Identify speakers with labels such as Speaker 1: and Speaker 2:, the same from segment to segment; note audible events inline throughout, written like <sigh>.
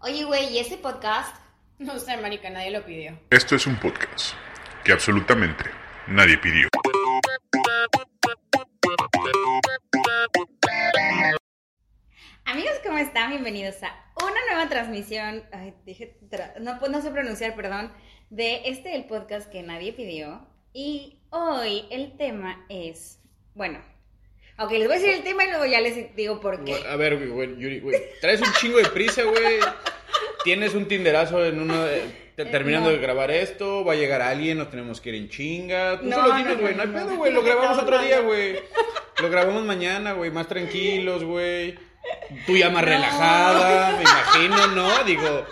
Speaker 1: Oye, güey, ¿y este podcast?
Speaker 2: <laughs> No sé, marica, nadie lo pidió.
Speaker 3: Esto es un podcast que absolutamente nadie pidió.
Speaker 1: Amigos, ¿cómo están? Bienvenidos a una nueva transmisión. Ay, dije, tra- no, pu- no sé pronunciar, perdón. De este, el podcast que nadie pidió. Y hoy el tema es. Bueno. Ok, les voy a decir el tema y luego ya les digo por qué.
Speaker 4: Güey, A ver, güey, güey, Yuri, güey, traes un chingo de prisa, güey. Tienes un tinderazo en uno de- te-
Speaker 1: Eh,
Speaker 4: terminando
Speaker 1: no.
Speaker 4: de grabar esto, va a llegar alguien, nos tenemos que ir en chinga. Tú
Speaker 1: No,
Speaker 4: solo
Speaker 1: no,
Speaker 4: dinos,
Speaker 1: no,
Speaker 4: güey, no, hay
Speaker 1: no,
Speaker 4: pedo,
Speaker 1: no.
Speaker 4: güey, lo grabamos
Speaker 1: No,
Speaker 4: otro
Speaker 1: no,
Speaker 4: día,
Speaker 1: no.
Speaker 4: güey. Lo grabamos mañana, güey, más tranquilos, güey. Tú ya más
Speaker 1: No.
Speaker 4: relajada, me imagino, ¿no? Digo,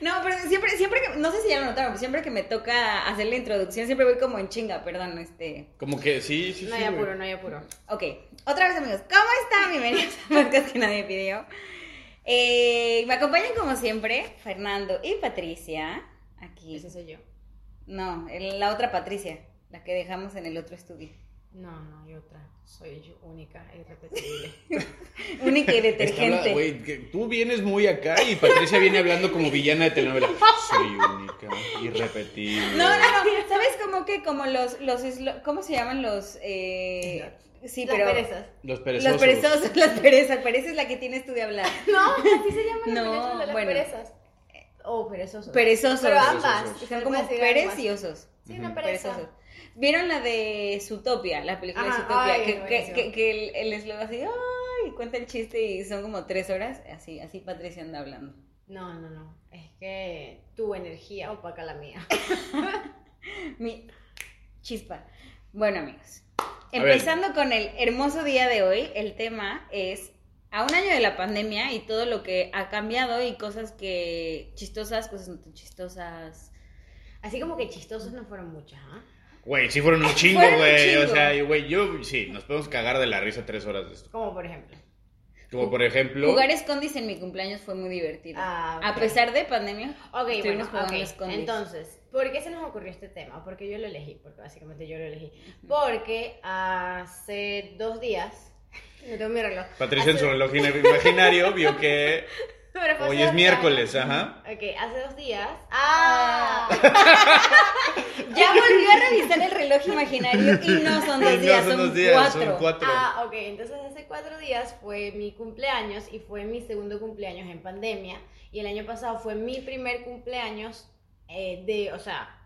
Speaker 1: No, pero siempre, siempre que. No sé si ya lo notaron, pero siempre que me toca hacer la introducción, siempre voy como en chinga, perdón, este.
Speaker 4: como que sí, sí,
Speaker 2: No
Speaker 4: sí.
Speaker 2: hay
Speaker 4: güey.
Speaker 2: apuro, no hay apuro.
Speaker 1: Ok, otra vez amigos, ¿cómo están? Bienvenidos a podcast que nadie pidió. Eh, me acompañan como siempre Fernando y Patricia. Aquí.
Speaker 2: Ese soy yo.
Speaker 1: No, el- la otra Patricia, la que dejamos en el otro estudio.
Speaker 2: No, no hay otra. Soy yo única e <laughs> irrepetible. <laughs>
Speaker 1: Única y
Speaker 4: Está habla-
Speaker 1: detergente.
Speaker 4: güey, que tú vienes muy acá y Patricia viene hablando como villana de telenovela. Soy única, irrepetible.
Speaker 1: no, no, no. ¿Sabes cómo que como los, los eslo- ¿cómo se llaman los? eh, sí,
Speaker 2: Las
Speaker 1: pero
Speaker 2: perezas.
Speaker 4: Los
Speaker 1: los
Speaker 4: perezosos.
Speaker 1: perezosos, <laughs> las perezas. Pereza es la que tienes tú de hablar.
Speaker 2: No, así se llaman
Speaker 1: No,
Speaker 2: en Venezuela, las
Speaker 1: bueno.
Speaker 2: perezas. O perezosos.
Speaker 1: Perezosos.
Speaker 2: Pero ambas.
Speaker 4: Perezosos.
Speaker 1: Son
Speaker 2: Se
Speaker 1: como
Speaker 2: puede decir
Speaker 1: Pérez
Speaker 2: ambas.
Speaker 1: y osos.
Speaker 2: Sí, una
Speaker 4: Ujú.
Speaker 2: pereza.
Speaker 1: perezosos. ¿Vieron la de Zootopia? La película de
Speaker 2: Ajá,
Speaker 1: Zootopia.
Speaker 2: ay,
Speaker 1: que, que,
Speaker 2: buenísimo.
Speaker 1: que- que el- el eslogan así, ¡ay! Cuenta el chiste y son como tres horas. Así, así Patricia anda hablando.
Speaker 2: No, no, no. Es que tu energía opaca la mía. <laughs>
Speaker 1: Mi chispa. Bueno, amigos.
Speaker 4: ver.
Speaker 1: Empezando con el hermoso día de hoy, el tema es a un año de la pandemia y todo lo que ha cambiado y cosas que chistosas, cosas no tan chistosas.
Speaker 2: Así como que chistosos no fueron muchas, ¿ah?
Speaker 4: Güey, sí fueron un chingo,
Speaker 1: Fueron un
Speaker 4: güey. O
Speaker 1: chingo.
Speaker 4: sea, güey, yo sí, nos podemos cagar de la risa tres horas de esto.
Speaker 2: Como por ejemplo.
Speaker 4: Como por ejemplo.
Speaker 1: Jugar escondis en mi cumpleaños fue muy divertido.
Speaker 2: Ah, ok.
Speaker 1: A pesar de pandemia,
Speaker 2: Ok, bueno,
Speaker 1: estuvimos jugando
Speaker 2: ok.
Speaker 1: escondis.
Speaker 2: Entonces, ¿por qué se nos ocurrió este tema? Porque yo lo elegí, porque básicamente yo lo elegí. Porque hace dos <laughs> días, no tengo mi reloj.
Speaker 4: Patricia en
Speaker 2: Hace-
Speaker 4: su reloj iner- imaginario vio que
Speaker 2: <laughs> Pero fue hace
Speaker 4: hoy
Speaker 2: dos
Speaker 4: es
Speaker 2: días.
Speaker 4: miércoles, ajá.
Speaker 2: Ok, hace dos días.
Speaker 1: Ah.
Speaker 2: ¡Ah!
Speaker 1: <laughs> Ya volví a revisar el reloj imaginario y no <laughs> son
Speaker 4: Y
Speaker 1: dos
Speaker 4: no
Speaker 1: días,
Speaker 4: son
Speaker 1: son,
Speaker 4: dos días,
Speaker 1: cuatro.
Speaker 4: son cuatro.
Speaker 2: Ah, ok, entonces hace cuatro días fue mi cumpleaños y fue mi segundo cumpleaños en pandemia. Y el año pasado fue mi primer cumpleaños eh, de, o sea,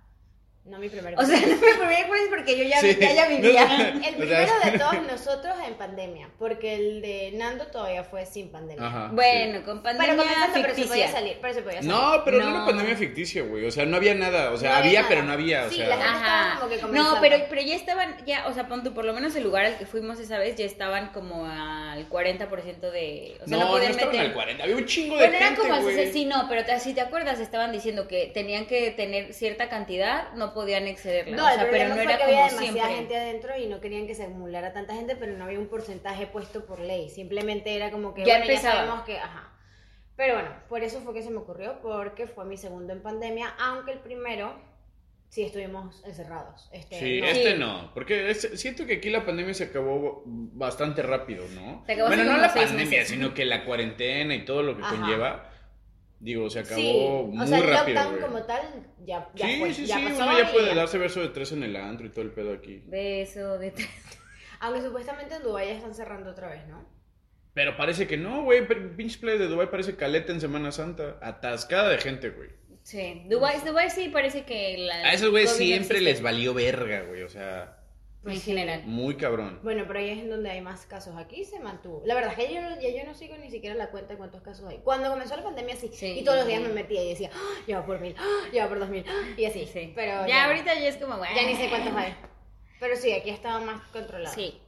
Speaker 2: no mi primer
Speaker 1: O sea, no me primer cumpleaños porque yo ya,
Speaker 4: Sí.
Speaker 1: ya, ya vivía.
Speaker 2: El
Speaker 4: No, no. O sea-
Speaker 2: primero
Speaker 4: <laughs>
Speaker 2: de todos nosotros en pandemia, porque el de Nando todavía fue sin pandemia.
Speaker 4: Ajá,
Speaker 1: Bueno,
Speaker 4: sí.
Speaker 1: con
Speaker 2: Pero
Speaker 1: pandemia
Speaker 2: comenzando, pero se podía
Speaker 1: ficticia.
Speaker 2: salir, pero se podía salir.
Speaker 4: No, pero no,
Speaker 1: No.
Speaker 4: era pandemia ficticia, güey. O sea, no había nada. O sea,
Speaker 2: No había
Speaker 4: había,
Speaker 2: nada.
Speaker 4: pero no había. O
Speaker 2: Sí,
Speaker 4: sea,
Speaker 2: la gente-
Speaker 1: Ajá.
Speaker 2: Como que comenzando.
Speaker 1: No, pero, pero ya estaban, ya, o sea, pon tú, por lo menos el lugar al que fuimos esa vez ya estaban como al 40% de. O sea, no,
Speaker 4: no, no
Speaker 1: podían
Speaker 4: estaban
Speaker 1: meter.
Speaker 4: al 40. Había un chingo de
Speaker 1: Bueno, eran
Speaker 4: gente,
Speaker 1: como al
Speaker 4: güey.
Speaker 1: 60, sí, no, pero te- si te acuerdas, estaban diciendo que tenían que tener cierta cantidad, no podían excederla.
Speaker 2: No,
Speaker 1: o
Speaker 2: el
Speaker 1: sea, pero
Speaker 2: problema
Speaker 1: no
Speaker 2: fue
Speaker 1: era
Speaker 2: que
Speaker 1: como
Speaker 2: había demasiada
Speaker 1: siempre.
Speaker 2: gente adentro y no querían que se acumulara tanta gente, pero no había un porcentaje puesto por ley. Simplemente era como que
Speaker 1: Ya
Speaker 2: bueno,
Speaker 1: empezaba.
Speaker 2: ya sabemos que, ajá. Pero bueno, por eso fue que se me ocurrió, porque fue mi segundo en pandemia, aunque el primero sí estuvimos encerrados. Este,
Speaker 4: Sí,
Speaker 2: no.
Speaker 4: este no, porque es- siento que aquí la pandemia se acabó bastante rápido, ¿no?
Speaker 1: Se acabó hace
Speaker 4: bueno, no
Speaker 1: como
Speaker 4: la
Speaker 1: seis
Speaker 4: pandemia,
Speaker 1: meses.
Speaker 4: sino que la cuarentena y todo lo que
Speaker 2: Ajá.
Speaker 4: conlleva, digo, se acabó
Speaker 2: Sí,
Speaker 4: muy
Speaker 2: o sea, el
Speaker 4: rápido.
Speaker 2: lockdown
Speaker 4: güey.
Speaker 2: como tal ya, ya
Speaker 4: sí,
Speaker 2: fue,
Speaker 4: sí,
Speaker 2: ya
Speaker 4: sí,
Speaker 2: pasó
Speaker 4: uno ya
Speaker 2: y
Speaker 4: puede
Speaker 2: ya.
Speaker 4: darse verso de tres en el antro y todo el pedo aquí.
Speaker 1: Beso de tres.
Speaker 2: Aunque supuestamente en Dubái ya están cerrando otra vez, ¿no?
Speaker 4: Pero parece que no, güey, pero pinche play de Dubai parece caleta en Semana Santa, atascada de gente, güey.
Speaker 1: Sí, Dubai, Dubai sí parece que la.
Speaker 4: A esos güeyes
Speaker 1: COVID no
Speaker 4: siempre
Speaker 1: existe.
Speaker 4: les valió verga, güey, o sea,
Speaker 1: En general.
Speaker 4: muy cabrón.
Speaker 2: Bueno, pero ahí es en donde hay más casos. Aquí se mantuvo. La verdad es que yo, no- ya yo no sigo ni siquiera la cuenta de cuántos casos hay. Cuando comenzó la pandemia, sí.
Speaker 1: Sí.
Speaker 2: y todos los días me metía y decía, ¡Ah! lleva por mil, ¡Ah! lleva por dos mil. ¡Ah! Y así.
Speaker 1: Sí.
Speaker 2: Pero
Speaker 1: ya,
Speaker 2: no.
Speaker 1: ahorita ya es como, bueno.
Speaker 2: Ya ni sé cuántos hay. Pero sí, aquí estaba más controlado.
Speaker 1: Sí.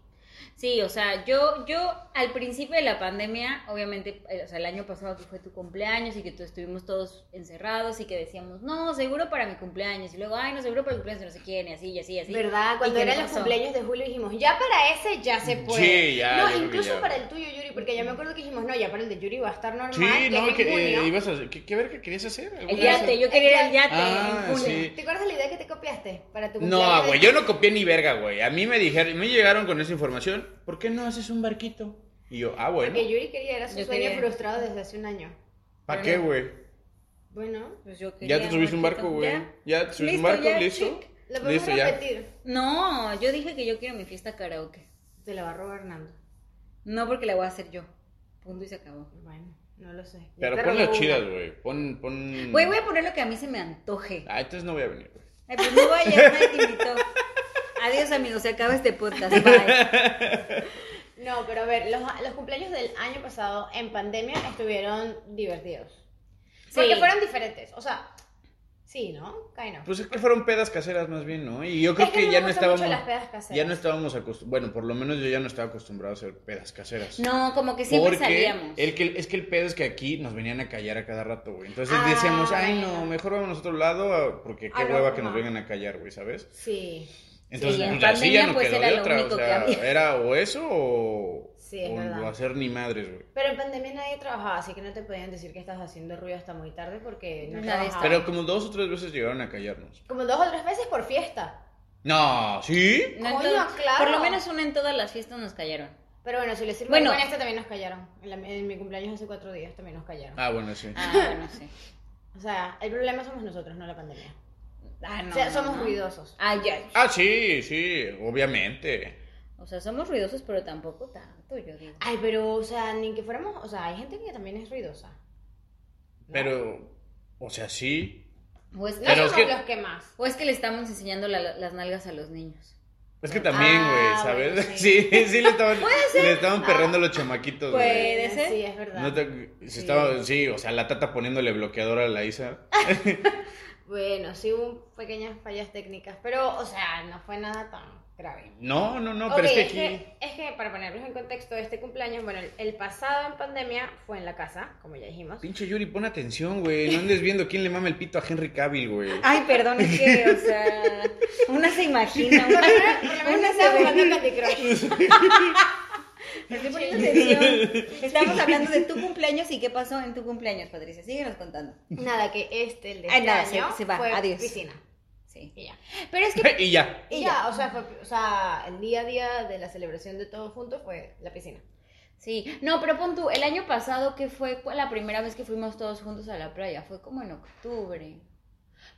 Speaker 1: Sí, o sea, yo, yo al principio de la pandemia, obviamente, eh, o sea, el año pasado que fue tu cumpleaños y que tú- estuvimos todos encerrados y que decíamos, no, seguro para mi cumpleaños. Y luego, ay, no, seguro para el cumpleaños de no sé quién, y así, y así, y así.
Speaker 2: ¿Verdad?
Speaker 1: ¿Y
Speaker 2: Cuando
Speaker 1: qué
Speaker 2: eran
Speaker 1: no
Speaker 2: los
Speaker 1: pasó?
Speaker 2: cumpleaños de julio dijimos, ya para ese ya se puede.
Speaker 4: Sí, ya, yo creo
Speaker 2: No,
Speaker 4: que
Speaker 2: incluso
Speaker 4: ya.
Speaker 2: para el tuyo, Yuri, porque yo me acuerdo que dijimos, no, ya para el de Yuri va a estar normal.
Speaker 4: Sí,
Speaker 2: que es
Speaker 4: no,
Speaker 2: en
Speaker 4: que, eh,
Speaker 2: junio.
Speaker 4: ibas a, ¿qué, qué verga querías hacer?
Speaker 1: El
Speaker 4: ¿Alguna
Speaker 1: yate,
Speaker 4: vez?
Speaker 1: yo quería ir al yate.
Speaker 4: Ah,
Speaker 1: en junio.
Speaker 4: sí.
Speaker 2: ¿Te acuerdas de la idea que te copiaste para tu cumpleaños?
Speaker 4: No, güey, yo no copié ni verga, güey. A mí me dijeron, me llegaron con esa información, ¿por qué no haces un barquito? Y yo, ah, bueno.
Speaker 2: Porque Yuri quería era su
Speaker 1: Yo
Speaker 2: sueño
Speaker 1: quería.
Speaker 2: frustrado desde hace un año.
Speaker 4: ¿Para qué, güey?
Speaker 2: Bueno,
Speaker 1: Pues yo
Speaker 4: Ya te
Speaker 1: quería
Speaker 4: subiste un barco, güey.
Speaker 1: Ya.
Speaker 4: Ya te subiste un
Speaker 1: Listo,
Speaker 4: barco,
Speaker 1: ya,
Speaker 4: listo.
Speaker 1: chic.
Speaker 2: la podemos
Speaker 4: Listo, ya.
Speaker 2: repetir.
Speaker 1: No, yo dije que yo quiero mi fiesta karaoke.
Speaker 2: Te la va a robar Nando.
Speaker 1: No porque la voy a hacer yo. Punto y se acabó.
Speaker 2: Bueno, no lo sé. Ya
Speaker 4: Pero
Speaker 2: te
Speaker 4: pon las
Speaker 2: robó
Speaker 4: chidas,
Speaker 2: una.
Speaker 4: güey. Pon, pon.
Speaker 1: Güey, voy a poner lo que a mí se me antoje.
Speaker 4: Ah, entonces no voy a venir, güey.
Speaker 1: Ay, pues no vaya, nadie te invitó. <laughs> Adiós, amigos, se acaba este podcast. Bye.
Speaker 2: No, pero a ver, los, los cumpleaños del año pasado en pandemia estuvieron divertidos. Porque
Speaker 1: Sí.
Speaker 2: fueron diferentes. O sea, sí, ¿no? Kind of.
Speaker 4: Pues es que fueron pedas caseras más bien, ¿no? Y yo creo
Speaker 2: Es
Speaker 4: que,
Speaker 2: que a mí
Speaker 4: ya
Speaker 2: me
Speaker 4: no
Speaker 2: gustan mucho
Speaker 4: estábamos.
Speaker 2: las pedas caseras.
Speaker 4: Ya no estábamos acostumbrados. Bueno, por lo menos yo ya no estaba acostumbrado a hacer pedas caseras.
Speaker 1: No, como que siempre
Speaker 4: Porque
Speaker 1: salíamos.
Speaker 4: El que, es que el pedo es que aquí nos venían a callar a cada rato, güey. Entonces
Speaker 2: Ah,
Speaker 4: decíamos, ay, no,
Speaker 2: bueno.
Speaker 4: mejor vámonos a otro lado ah, porque qué
Speaker 2: A lo
Speaker 4: hueva que nos
Speaker 2: Roma".
Speaker 4: vengan a callar, güey, ¿sabes?
Speaker 2: Sí,
Speaker 4: Entonces,
Speaker 1: Sí, en
Speaker 4: pues así ya
Speaker 1: pandemia,
Speaker 4: no
Speaker 1: pues,
Speaker 4: quedó
Speaker 1: era
Speaker 4: de
Speaker 1: lo
Speaker 4: otra. O
Speaker 1: único que
Speaker 4: sea,
Speaker 1: había.
Speaker 4: era o eso o,
Speaker 2: Sí, es
Speaker 4: o
Speaker 2: verdad.
Speaker 4: no hacer ni madres, güey.
Speaker 2: pero en pandemia nadie trabajaba, así que no te podían decir que estás haciendo ruido hasta muy tarde porque no
Speaker 1: Nadie
Speaker 2: trabajaba.
Speaker 1: estaba.
Speaker 4: Pero como dos o tres veces llegaron a callarnos.
Speaker 2: Como dos o tres veces por fiesta.
Speaker 4: No, ¿sí?
Speaker 1: No, en
Speaker 2: Coño,
Speaker 1: todas-
Speaker 2: claro.
Speaker 1: Por lo menos una en todas las fiestas nos callaron.
Speaker 2: Pero bueno, si les sirve,
Speaker 1: Bueno.
Speaker 2: bueno, en este también nos callaron. En, la- en mi cumpleaños hace cuatro días también nos callaron.
Speaker 4: Ah, bueno, sí.
Speaker 2: <laughs>
Speaker 1: Ah, bueno, sí.
Speaker 2: O sea, el problema somos nosotros, no la pandemia.
Speaker 1: Ah, no,
Speaker 2: o sea,
Speaker 1: no,
Speaker 2: somos
Speaker 1: no.
Speaker 2: ruidosos.
Speaker 1: Ah, ya.
Speaker 4: Ah, sí, sí, obviamente.
Speaker 1: O sea, somos ruidosos, pero tampoco tanto, yo digo.
Speaker 2: Ay, pero, o sea, ni que fuéramos. O sea, hay gente que también es ruidosa. ¿no?
Speaker 4: Pero, o sea, sí.
Speaker 1: O es que,
Speaker 2: No
Speaker 4: Pero es
Speaker 2: somos
Speaker 4: que-
Speaker 2: los que más.
Speaker 1: o es que le estamos enseñando la- las nalgas a los niños.
Speaker 4: Es que también, güey,
Speaker 2: Ah,
Speaker 4: ¿sabes?
Speaker 2: bueno,
Speaker 4: sí. <laughs> sí, le estaban, le estaban perreando los chamaquitos, güey.
Speaker 1: Puede ser.
Speaker 2: Sí, es verdad.
Speaker 4: No te- se estaba- sí, o sea, la tata poniéndole bloqueador a la Isa.
Speaker 2: Bueno, sí hubo pequeñas fallas técnicas, pero, o sea, no fue nada tan grave.
Speaker 4: No, no, no,
Speaker 2: Ok,
Speaker 4: pero es que
Speaker 2: es,
Speaker 4: aquí.
Speaker 2: que, es que para ponerlos en contexto, este cumpleaños, bueno, el, el pasado en pandemia fue en la casa, como ya dijimos.
Speaker 4: Pinche Yuri, pon atención, güey. No andes viendo quién le mama el pito a Henry Cavill, güey.
Speaker 1: Ay, perdón, es que, o sea, una se imagina. Una,
Speaker 2: Una
Speaker 1: una
Speaker 2: estaba
Speaker 1: se
Speaker 2: jugando
Speaker 1: imagina.
Speaker 2: Candy Crush.
Speaker 1: Me estoy poniendo atención. <laughs> Estamos hablando de tu cumpleaños y qué pasó en tu cumpleaños, Patricia. Síguenos contando.
Speaker 2: Nada, que este, el de
Speaker 1: Ay,
Speaker 2: este
Speaker 1: Ah, nada, se-
Speaker 2: año,
Speaker 1: se va,
Speaker 2: fue
Speaker 1: adiós.
Speaker 2: piscina.
Speaker 1: Sí.
Speaker 2: Y ya.
Speaker 1: Pero es que,
Speaker 4: <laughs> y ya.
Speaker 2: Y
Speaker 1: Y
Speaker 2: ya, o sea, fue, o sea, el día a día de la celebración de todos juntos fue la piscina.
Speaker 1: sí. No, pero pon tú, el año pasado, que fue la primera vez que fuimos todos juntos a la playa? Fue como en octubre.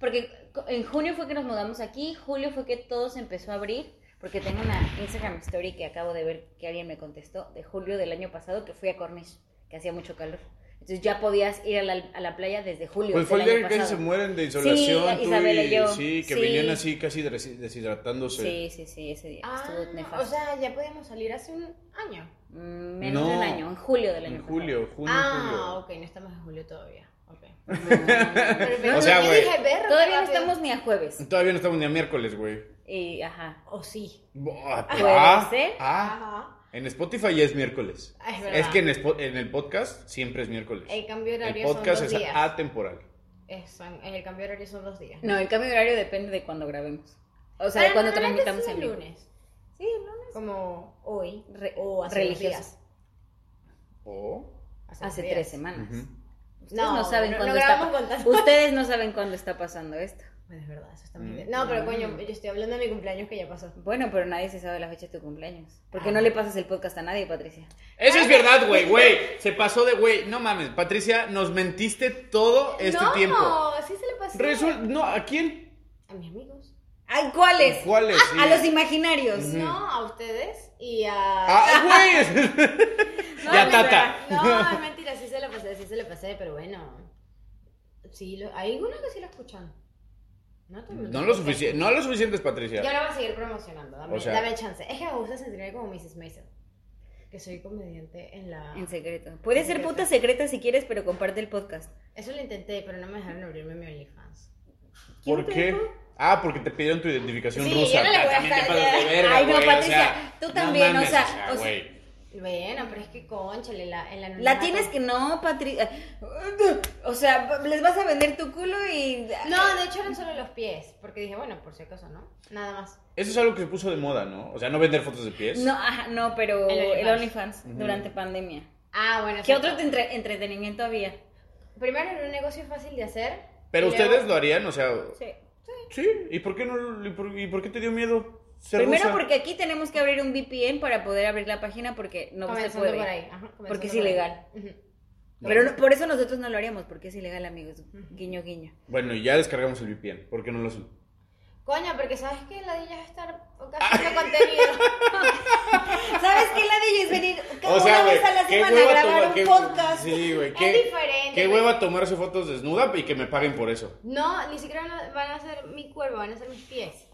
Speaker 1: Porque en junio fue que nos mudamos aquí, julio fue que todo se empezó a abrir, porque tengo una Instagram story que acabo de ver que alguien me contestó de julio del año pasado que fui a Cornish, que hacía mucho calor. Entonces ya podías ir a la, a la playa desde julio.
Speaker 4: Pues fue el
Speaker 1: del
Speaker 4: día
Speaker 1: año
Speaker 4: que casi se
Speaker 1: pasado.
Speaker 4: mueren de insolación. tú
Speaker 1: Isabela y yo.
Speaker 4: Sí, que
Speaker 1: Sí.
Speaker 4: venían así casi des- deshidratándose.
Speaker 1: Sí, sí, sí, ese día estuvo nefasto.
Speaker 2: Ah, o sea, ya podíamos salir hace un año.
Speaker 1: Mm, menos de un
Speaker 4: No.
Speaker 1: año, en julio del año
Speaker 4: En
Speaker 1: pasado.
Speaker 4: julio, junio,
Speaker 2: Ah,
Speaker 4: julio.
Speaker 2: ok, no estamos en julio todavía.
Speaker 4: <laughs>
Speaker 2: Ok.
Speaker 4: O sea,
Speaker 2: Yo
Speaker 4: güey.
Speaker 2: dije, "Verga,
Speaker 1: Todavía no
Speaker 2: rápido".
Speaker 1: estamos ni a jueves.
Speaker 4: Todavía no estamos ni a miércoles, güey.
Speaker 1: Y, ajá.
Speaker 2: O sí.
Speaker 4: Ah,
Speaker 1: ¿Puede
Speaker 4: ah,
Speaker 1: ser?
Speaker 4: ah.
Speaker 2: Ajá.
Speaker 4: En Spotify ya es miércoles.
Speaker 2: Ah, es verdad.
Speaker 4: Es que en, Spo- en el podcast siempre es miércoles.
Speaker 2: El cambio de
Speaker 4: El
Speaker 2: horario son
Speaker 4: podcast
Speaker 2: dos
Speaker 4: es
Speaker 2: días.
Speaker 4: atemporal.
Speaker 2: Es- son- el cambio de horario son dos días.
Speaker 1: No, el cambio de horario depende de cuando grabemos. O sea,
Speaker 2: Pero
Speaker 1: de cuando
Speaker 2: Ah, normalmente
Speaker 1: transmitamos
Speaker 2: sí
Speaker 1: en vivo.
Speaker 2: lunes.
Speaker 1: Sí, el lunes.
Speaker 2: Como hoy.
Speaker 1: Re-
Speaker 2: o hace dos
Speaker 1: religiosos.
Speaker 2: días.
Speaker 4: O.
Speaker 2: Hace, dos
Speaker 1: Hace
Speaker 2: días.
Speaker 1: tres semanas.
Speaker 4: Ujú.
Speaker 1: Ustedes no,
Speaker 2: No,
Speaker 1: saben
Speaker 2: no-
Speaker 1: cuándo
Speaker 2: no
Speaker 1: está.
Speaker 2: grabamos con tanto.
Speaker 1: Ustedes no saben cuándo está pasando esto.
Speaker 2: Bueno, Pues es verdad, eso está
Speaker 4: Mm.
Speaker 2: muy bien. No, pero coño, yo estoy hablando de mi cumpleaños que ya pasó.
Speaker 1: Bueno, pero nadie se sabe la fecha de tu cumpleaños. Porque no le pasas el podcast a nadie, Patricia.
Speaker 4: Eso es verdad, güey, güey. Se pasó de güey. No mames, Patricia, nos mentiste todo este
Speaker 2: no,
Speaker 4: tiempo.
Speaker 2: sí se le pasó.
Speaker 4: Resul- no, ¿a quién?
Speaker 2: A mis amigos.
Speaker 1: Ay, ¿cuáles?
Speaker 4: ¿Cuáles? Sí.
Speaker 1: A los imaginarios.
Speaker 2: No, a ustedes y a.
Speaker 4: Mm. Ah, güey. <laughs>
Speaker 2: No,
Speaker 4: Ya,
Speaker 2: es
Speaker 4: Tata. <laughs>
Speaker 2: mentira. No, es mentira, sí se lo pasé, sí se lo pasé, pero bueno. Sí, lo- hay algunos que sí lo escuchan. No, todo el mundo
Speaker 4: No lo
Speaker 2: escucha.
Speaker 4: suficiente, no lo suficientes, Patricia.
Speaker 2: Yo la voy a seguir promocionando, dame,
Speaker 4: O sea-
Speaker 2: dame chance. Es que me gusta sentirme como Mrs. Mason. Que soy comediante en la.
Speaker 1: En secreto. Puede
Speaker 2: En
Speaker 1: ser
Speaker 2: secreto.
Speaker 1: puta secreta si quieres, pero comparte el podcast.
Speaker 2: Eso lo intenté, pero no me dejaron abrirme mi OnlyFans.
Speaker 1: ¿quién
Speaker 4: ¿Por
Speaker 1: te
Speaker 4: qué?
Speaker 1: dejó?
Speaker 4: Ah, porque te pidieron tu identificación
Speaker 2: Sí,
Speaker 4: rusa.
Speaker 2: yo no le voy a
Speaker 4: Ah, también te
Speaker 2: estar-
Speaker 4: pasas de verga,
Speaker 1: Ay, no,
Speaker 4: güey, o
Speaker 1: Patricia,
Speaker 4: sea,
Speaker 1: tú
Speaker 4: no
Speaker 1: también, o
Speaker 4: mames,
Speaker 1: sea, o sea-
Speaker 4: güey.
Speaker 2: Bueno, pero es que conchale, la, en la
Speaker 1: La tienes que no, Patricia. O sea, les vas a vender tu culo y.
Speaker 2: No, de hecho eran solo los pies, porque dije, bueno, por si acaso, ¿no? Nada más.
Speaker 4: Eso es algo que se puso de moda, ¿no? O sea, no vender fotos de pies.
Speaker 1: No, ajá, no, pero
Speaker 2: El OnlyFans.
Speaker 1: el OnlyFans durante pandemia.
Speaker 2: Ah, bueno.
Speaker 1: ¿Qué
Speaker 2: exacto.
Speaker 1: otro entre- entretenimiento había?
Speaker 2: Primero era un negocio fácil de hacer.
Speaker 4: Pero
Speaker 2: y luego-
Speaker 4: ustedes lo harían, o sea.
Speaker 1: Sí.
Speaker 4: Sí. ¿Y por qué no? ¿Y por, y por qué te dio miedo ser
Speaker 1: Primero
Speaker 4: rusa?
Speaker 1: porque aquí tenemos que abrir un VPN para poder abrir la página porque no se
Speaker 2: Comenzando
Speaker 1: puede.
Speaker 2: por ahí. ajá, comenzando
Speaker 1: Porque es
Speaker 2: por ahí.
Speaker 1: ilegal.
Speaker 2: Ujú.
Speaker 1: Pero no- por eso nosotros no lo haríamos, porque es ilegal, amigos. Guiño, guiño.
Speaker 4: Bueno, y ya descargamos el VPN. ¿Por qué no lo hacen?
Speaker 2: Coño, porque sabes que la dilla es estar haciendo contenido.
Speaker 4: <laughs>
Speaker 1: ¿Sabes qué, la de es venir
Speaker 4: O sea,
Speaker 1: una
Speaker 4: güey,
Speaker 1: vez a la
Speaker 4: qué
Speaker 1: semana
Speaker 4: hueva
Speaker 1: a grabar
Speaker 4: tomar-
Speaker 1: un
Speaker 4: qué-
Speaker 1: podcast?
Speaker 4: Sí, güey,
Speaker 2: Es
Speaker 4: qué,
Speaker 2: diferente,
Speaker 4: qué
Speaker 2: güey.
Speaker 4: hueva tomarse fotos desnuda y que me paguen por eso.
Speaker 2: No, ni siquiera van a- van a ser mi cuerpo, van a ser mis pies.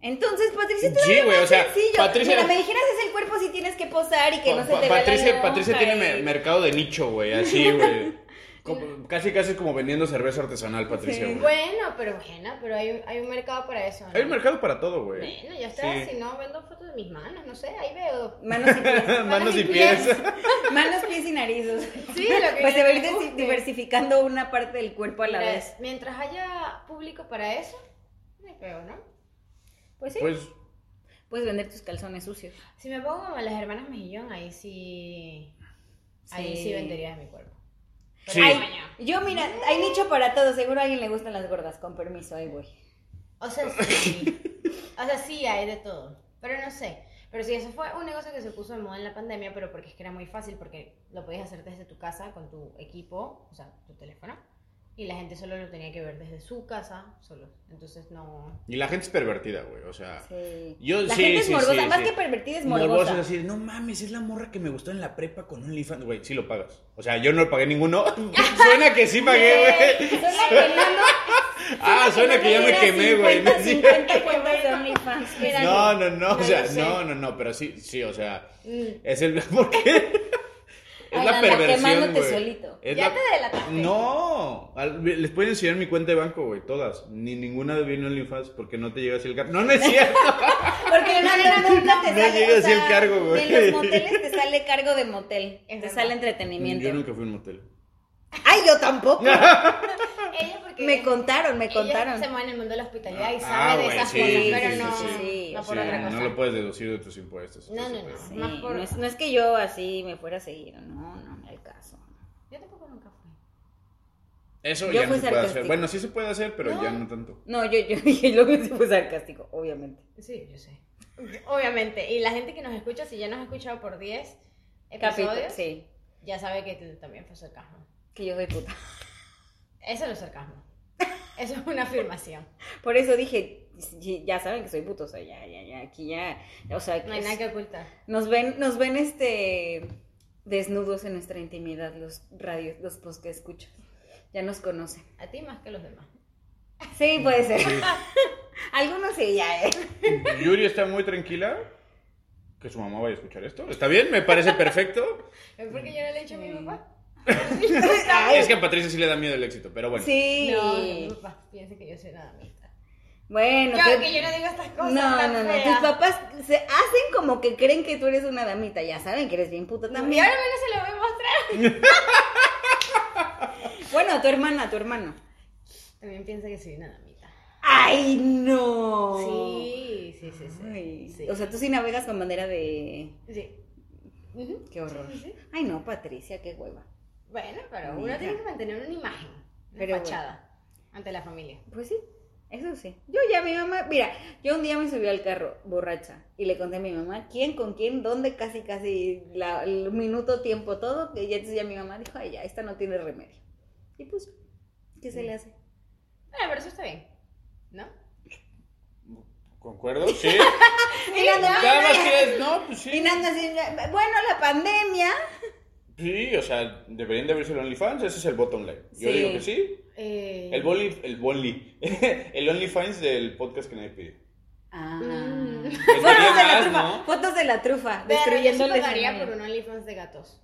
Speaker 1: Entonces, Patricia,
Speaker 4: Sí,
Speaker 1: tú eres
Speaker 4: güey,
Speaker 1: más
Speaker 4: o sea,
Speaker 1: sencillo.
Speaker 4: Patricia-
Speaker 1: Mira, me dijeras es el cuerpo si tienes que posar y que no
Speaker 4: Pa-
Speaker 1: se te
Speaker 4: pa-
Speaker 1: vea la
Speaker 4: Patricia,
Speaker 1: lonja
Speaker 4: Patricia tiene me-
Speaker 1: y-
Speaker 4: mercado de nicho,
Speaker 1: <laughs>
Speaker 4: güey, así, güey. Como- Casi, casi como vendiendo cerveza artesanal, Patricia,
Speaker 1: Sí.
Speaker 4: güey.
Speaker 2: Bueno, pero bueno, pero hay, un- hay un mercado para eso. ¿no?
Speaker 4: Hay un mercado para todo, güey.
Speaker 2: Bueno, ya está,
Speaker 4: Sí. <laughs>
Speaker 2: si no, vendo fotos de mis manos, no sé, ahí veo.
Speaker 1: Manos y pies.
Speaker 4: <laughs> Manos y pies.
Speaker 1: Manos, pies y narices.
Speaker 2: Sí, lo que
Speaker 1: Pues se va a ir
Speaker 2: te
Speaker 1: desi-
Speaker 2: guste.
Speaker 1: diversificando una parte del cuerpo a la
Speaker 2: Mira,
Speaker 1: vez.
Speaker 2: Mientras haya público para eso, no hay peo, ¿no?
Speaker 1: Pues sí.
Speaker 4: <laughs> Pues,
Speaker 1: Puedes vender tus calzones sucios.
Speaker 2: Si me pongo como las hermanas Mejillón, ahí sí. Ahí sí venderías mi cuerpo.
Speaker 4: sí.
Speaker 1: Ay, yo, mira, hay nicho para todo. Seguro a alguien le gustan las gordas. Con permiso, ahí voy.
Speaker 2: O sea, sí. o sea, sí hay de todo. Pero no sé. Pero sí, eso fue un negocio que se puso de moda en la pandemia, pero porque es que era muy fácil, porque lo podías hacer desde tu casa con tu equipo, o sea, tu teléfono. Y la gente solo lo tenía que ver desde su casa, solo. Entonces no.
Speaker 4: Y la gente es pervertida, güey, o sea.
Speaker 1: Sí.
Speaker 4: Yo-
Speaker 1: la
Speaker 4: sí,
Speaker 1: gente es
Speaker 4: sí,
Speaker 1: morbosa.
Speaker 4: sí,
Speaker 1: Más
Speaker 4: sí.
Speaker 1: que pervertida es morbosa.
Speaker 4: Morboso es así, de, no mames, es la morra que me gustó en la prepa con OnlyFans. Güey, sí lo pagas. O sea, yo no pagué ninguno. suena que sí pagué, güey.
Speaker 1: Suena que no, no.
Speaker 4: Ah, suena que ya me
Speaker 1: Era
Speaker 4: quemé, güey.
Speaker 1: 50,
Speaker 4: <laughs> No,
Speaker 1: 50 cuentas
Speaker 2: <laughs>
Speaker 1: de OnlyFans. Mira,
Speaker 4: No, no, no, o
Speaker 2: No,
Speaker 4: sea,
Speaker 2: yo sé.
Speaker 4: no, no, no, pero sí, sí, o sea,
Speaker 2: Mm.
Speaker 4: es el... <laughs> ¿Por qué? Es
Speaker 1: Ay,
Speaker 4: la
Speaker 1: anda
Speaker 4: perversión,
Speaker 1: quemándote
Speaker 4: güey.
Speaker 1: solito.
Speaker 4: Es
Speaker 2: Ya
Speaker 4: la-
Speaker 2: te delataste.
Speaker 4: No, al- les pueden enseñar mi cuenta de banco, güey, todas. Ni ninguna viene en OnlyFans porque no te llega así el cargo. No, no es cierto.
Speaker 1: Porque
Speaker 2: <laughs>
Speaker 1: no, no, nunca te
Speaker 4: No
Speaker 1: sale.
Speaker 4: llega
Speaker 1: o
Speaker 4: así el
Speaker 1: sea,
Speaker 4: cargo, güey.
Speaker 1: De los moteles te sale cargo de motel.
Speaker 2: Es
Speaker 1: te
Speaker 2: verdad.
Speaker 1: sale entretenimiento.
Speaker 4: Yo nunca fui a un motel.
Speaker 1: Ay, yo
Speaker 4: <laughs>
Speaker 1: tampoco.
Speaker 2: Ella porque.
Speaker 1: Me contaron, me
Speaker 2: ella
Speaker 1: contaron.
Speaker 2: se mueve en el mundo de la hospitalidad y
Speaker 4: Ah,
Speaker 2: sabe de
Speaker 4: güey,
Speaker 2: esas
Speaker 4: sí,
Speaker 2: cosas,
Speaker 4: sí,
Speaker 2: pero
Speaker 4: sí,
Speaker 2: no,
Speaker 4: sí,
Speaker 1: sí.
Speaker 2: no por
Speaker 4: Sí,
Speaker 2: otra cosa.
Speaker 4: no lo puedes deducir de tus impuestos.
Speaker 2: No,
Speaker 4: ese
Speaker 2: no,
Speaker 4: pedo.
Speaker 1: Sí,
Speaker 2: Más por-
Speaker 1: no, es, no es que yo así me fuera a seguir, no, no, no era el caso.
Speaker 2: Yo tampoco nunca fui.
Speaker 4: Eso
Speaker 1: Yo
Speaker 4: ya no
Speaker 1: fui
Speaker 4: se puede hacer.
Speaker 1: sarcástica.
Speaker 4: Bueno, sí se puede hacer, pero ya no tanto.
Speaker 1: No, yo, <laughs> yo dije lo que se fue sarcástico, obviamente.
Speaker 2: Sí, yo sé. Obviamente. Y la gente que nos escucha, si ya nos ha escuchado por 10
Speaker 1: Capítulo,
Speaker 2: episodios,
Speaker 1: sí,
Speaker 2: ya sabe que t- también fue sarcasmo.
Speaker 1: que yo soy puta. <laughs>
Speaker 2: Eso no es sarcasmo. Eso es una afirmación.
Speaker 1: Por eso dije, y- ya saben que soy puto, o sea, ya, ya, ya, aquí ya, o sea,
Speaker 2: No hay
Speaker 1: es-
Speaker 2: nada que ocultar.
Speaker 1: nos ven, nos ven este desnudos en nuestra intimidad los radios, los post que escuchas. Ya nos conocen.
Speaker 2: A ti más que a los demás.
Speaker 1: Sí, puede ser. <laughs> Algunos sí,
Speaker 2: <laughs>
Speaker 1: ya, eh.
Speaker 4: <laughs> Yuri está muy tranquila. Que su mamá vaya a escuchar esto. ¿Está bien? Me parece perfecto.
Speaker 2: ¿Es porque yo no le he hecho a mi papá?
Speaker 4: Es que a Patricia sí le da miedo el éxito, pero bueno.
Speaker 1: Sí.
Speaker 2: No, mi papá piensa que yo soy nada mixta.
Speaker 1: Bueno,
Speaker 2: Claro
Speaker 1: te-
Speaker 2: que yo no digo estas
Speaker 1: no,
Speaker 2: cosas.
Speaker 1: no,
Speaker 2: tan
Speaker 1: no, Tus
Speaker 2: feas.
Speaker 1: papás se hacen como que creen que tú eres una damita. Ya saben que eres bien puta
Speaker 2: Y
Speaker 1: también.
Speaker 2: ahora menos se lo voy a mostrar.
Speaker 1: Bueno, a tu hermana, a tu hermano.
Speaker 2: También piensa que soy nada mixta.
Speaker 1: ¡Ay, no!
Speaker 2: Sí, sí, sí, sí.
Speaker 1: Oh. Ay,
Speaker 2: Sí.
Speaker 1: O sea, tú sí navegas con bandera de.
Speaker 2: Sí. Ujú.
Speaker 1: Qué horror.
Speaker 2: Sí, sí.
Speaker 1: Ay, no, Patricia, qué hueva.
Speaker 2: Bueno, pero uno
Speaker 1: Mira.
Speaker 2: tiene que mantener una imagen, una
Speaker 1: Pero
Speaker 2: fachada ante la familia.
Speaker 1: Pues sí, eso sí. Yo ya mi mamá, mira, yo un día me subí al carro borracha y le conté a mi mamá quién, con quién, dónde, casi, casi, la- el minuto, tiempo, todo. Y ya- entonces ya mi mamá dijo, ay, ya, esta no tiene remedio. Y pues, ¿qué se le hace?
Speaker 2: Bueno, pero eso está bien, ¿no?
Speaker 4: ¿Concuerdo? Sí.
Speaker 1: Y Nando,
Speaker 4: Nada más que es, no, pues
Speaker 1: y
Speaker 4: sí.
Speaker 1: Nando así, bueno, la pandemia.
Speaker 4: Sí, o sea, deberían de abrirse el OnlyFans, ese es el bottom line. Yo
Speaker 1: Sí.
Speaker 4: digo que sí.
Speaker 2: Eh,
Speaker 4: El boli, el boli, <laughs> el OnlyFans del podcast que nadie pide.
Speaker 1: Ah.
Speaker 2: Mm.
Speaker 1: Fotos de la
Speaker 4: más,
Speaker 1: trufa,
Speaker 4: ¿no?
Speaker 1: fotos de la trufa,
Speaker 2: pero
Speaker 1: destruyendo
Speaker 2: yo sí
Speaker 1: el
Speaker 2: pagaría
Speaker 1: escenario.
Speaker 2: por un OnlyFans de gatos.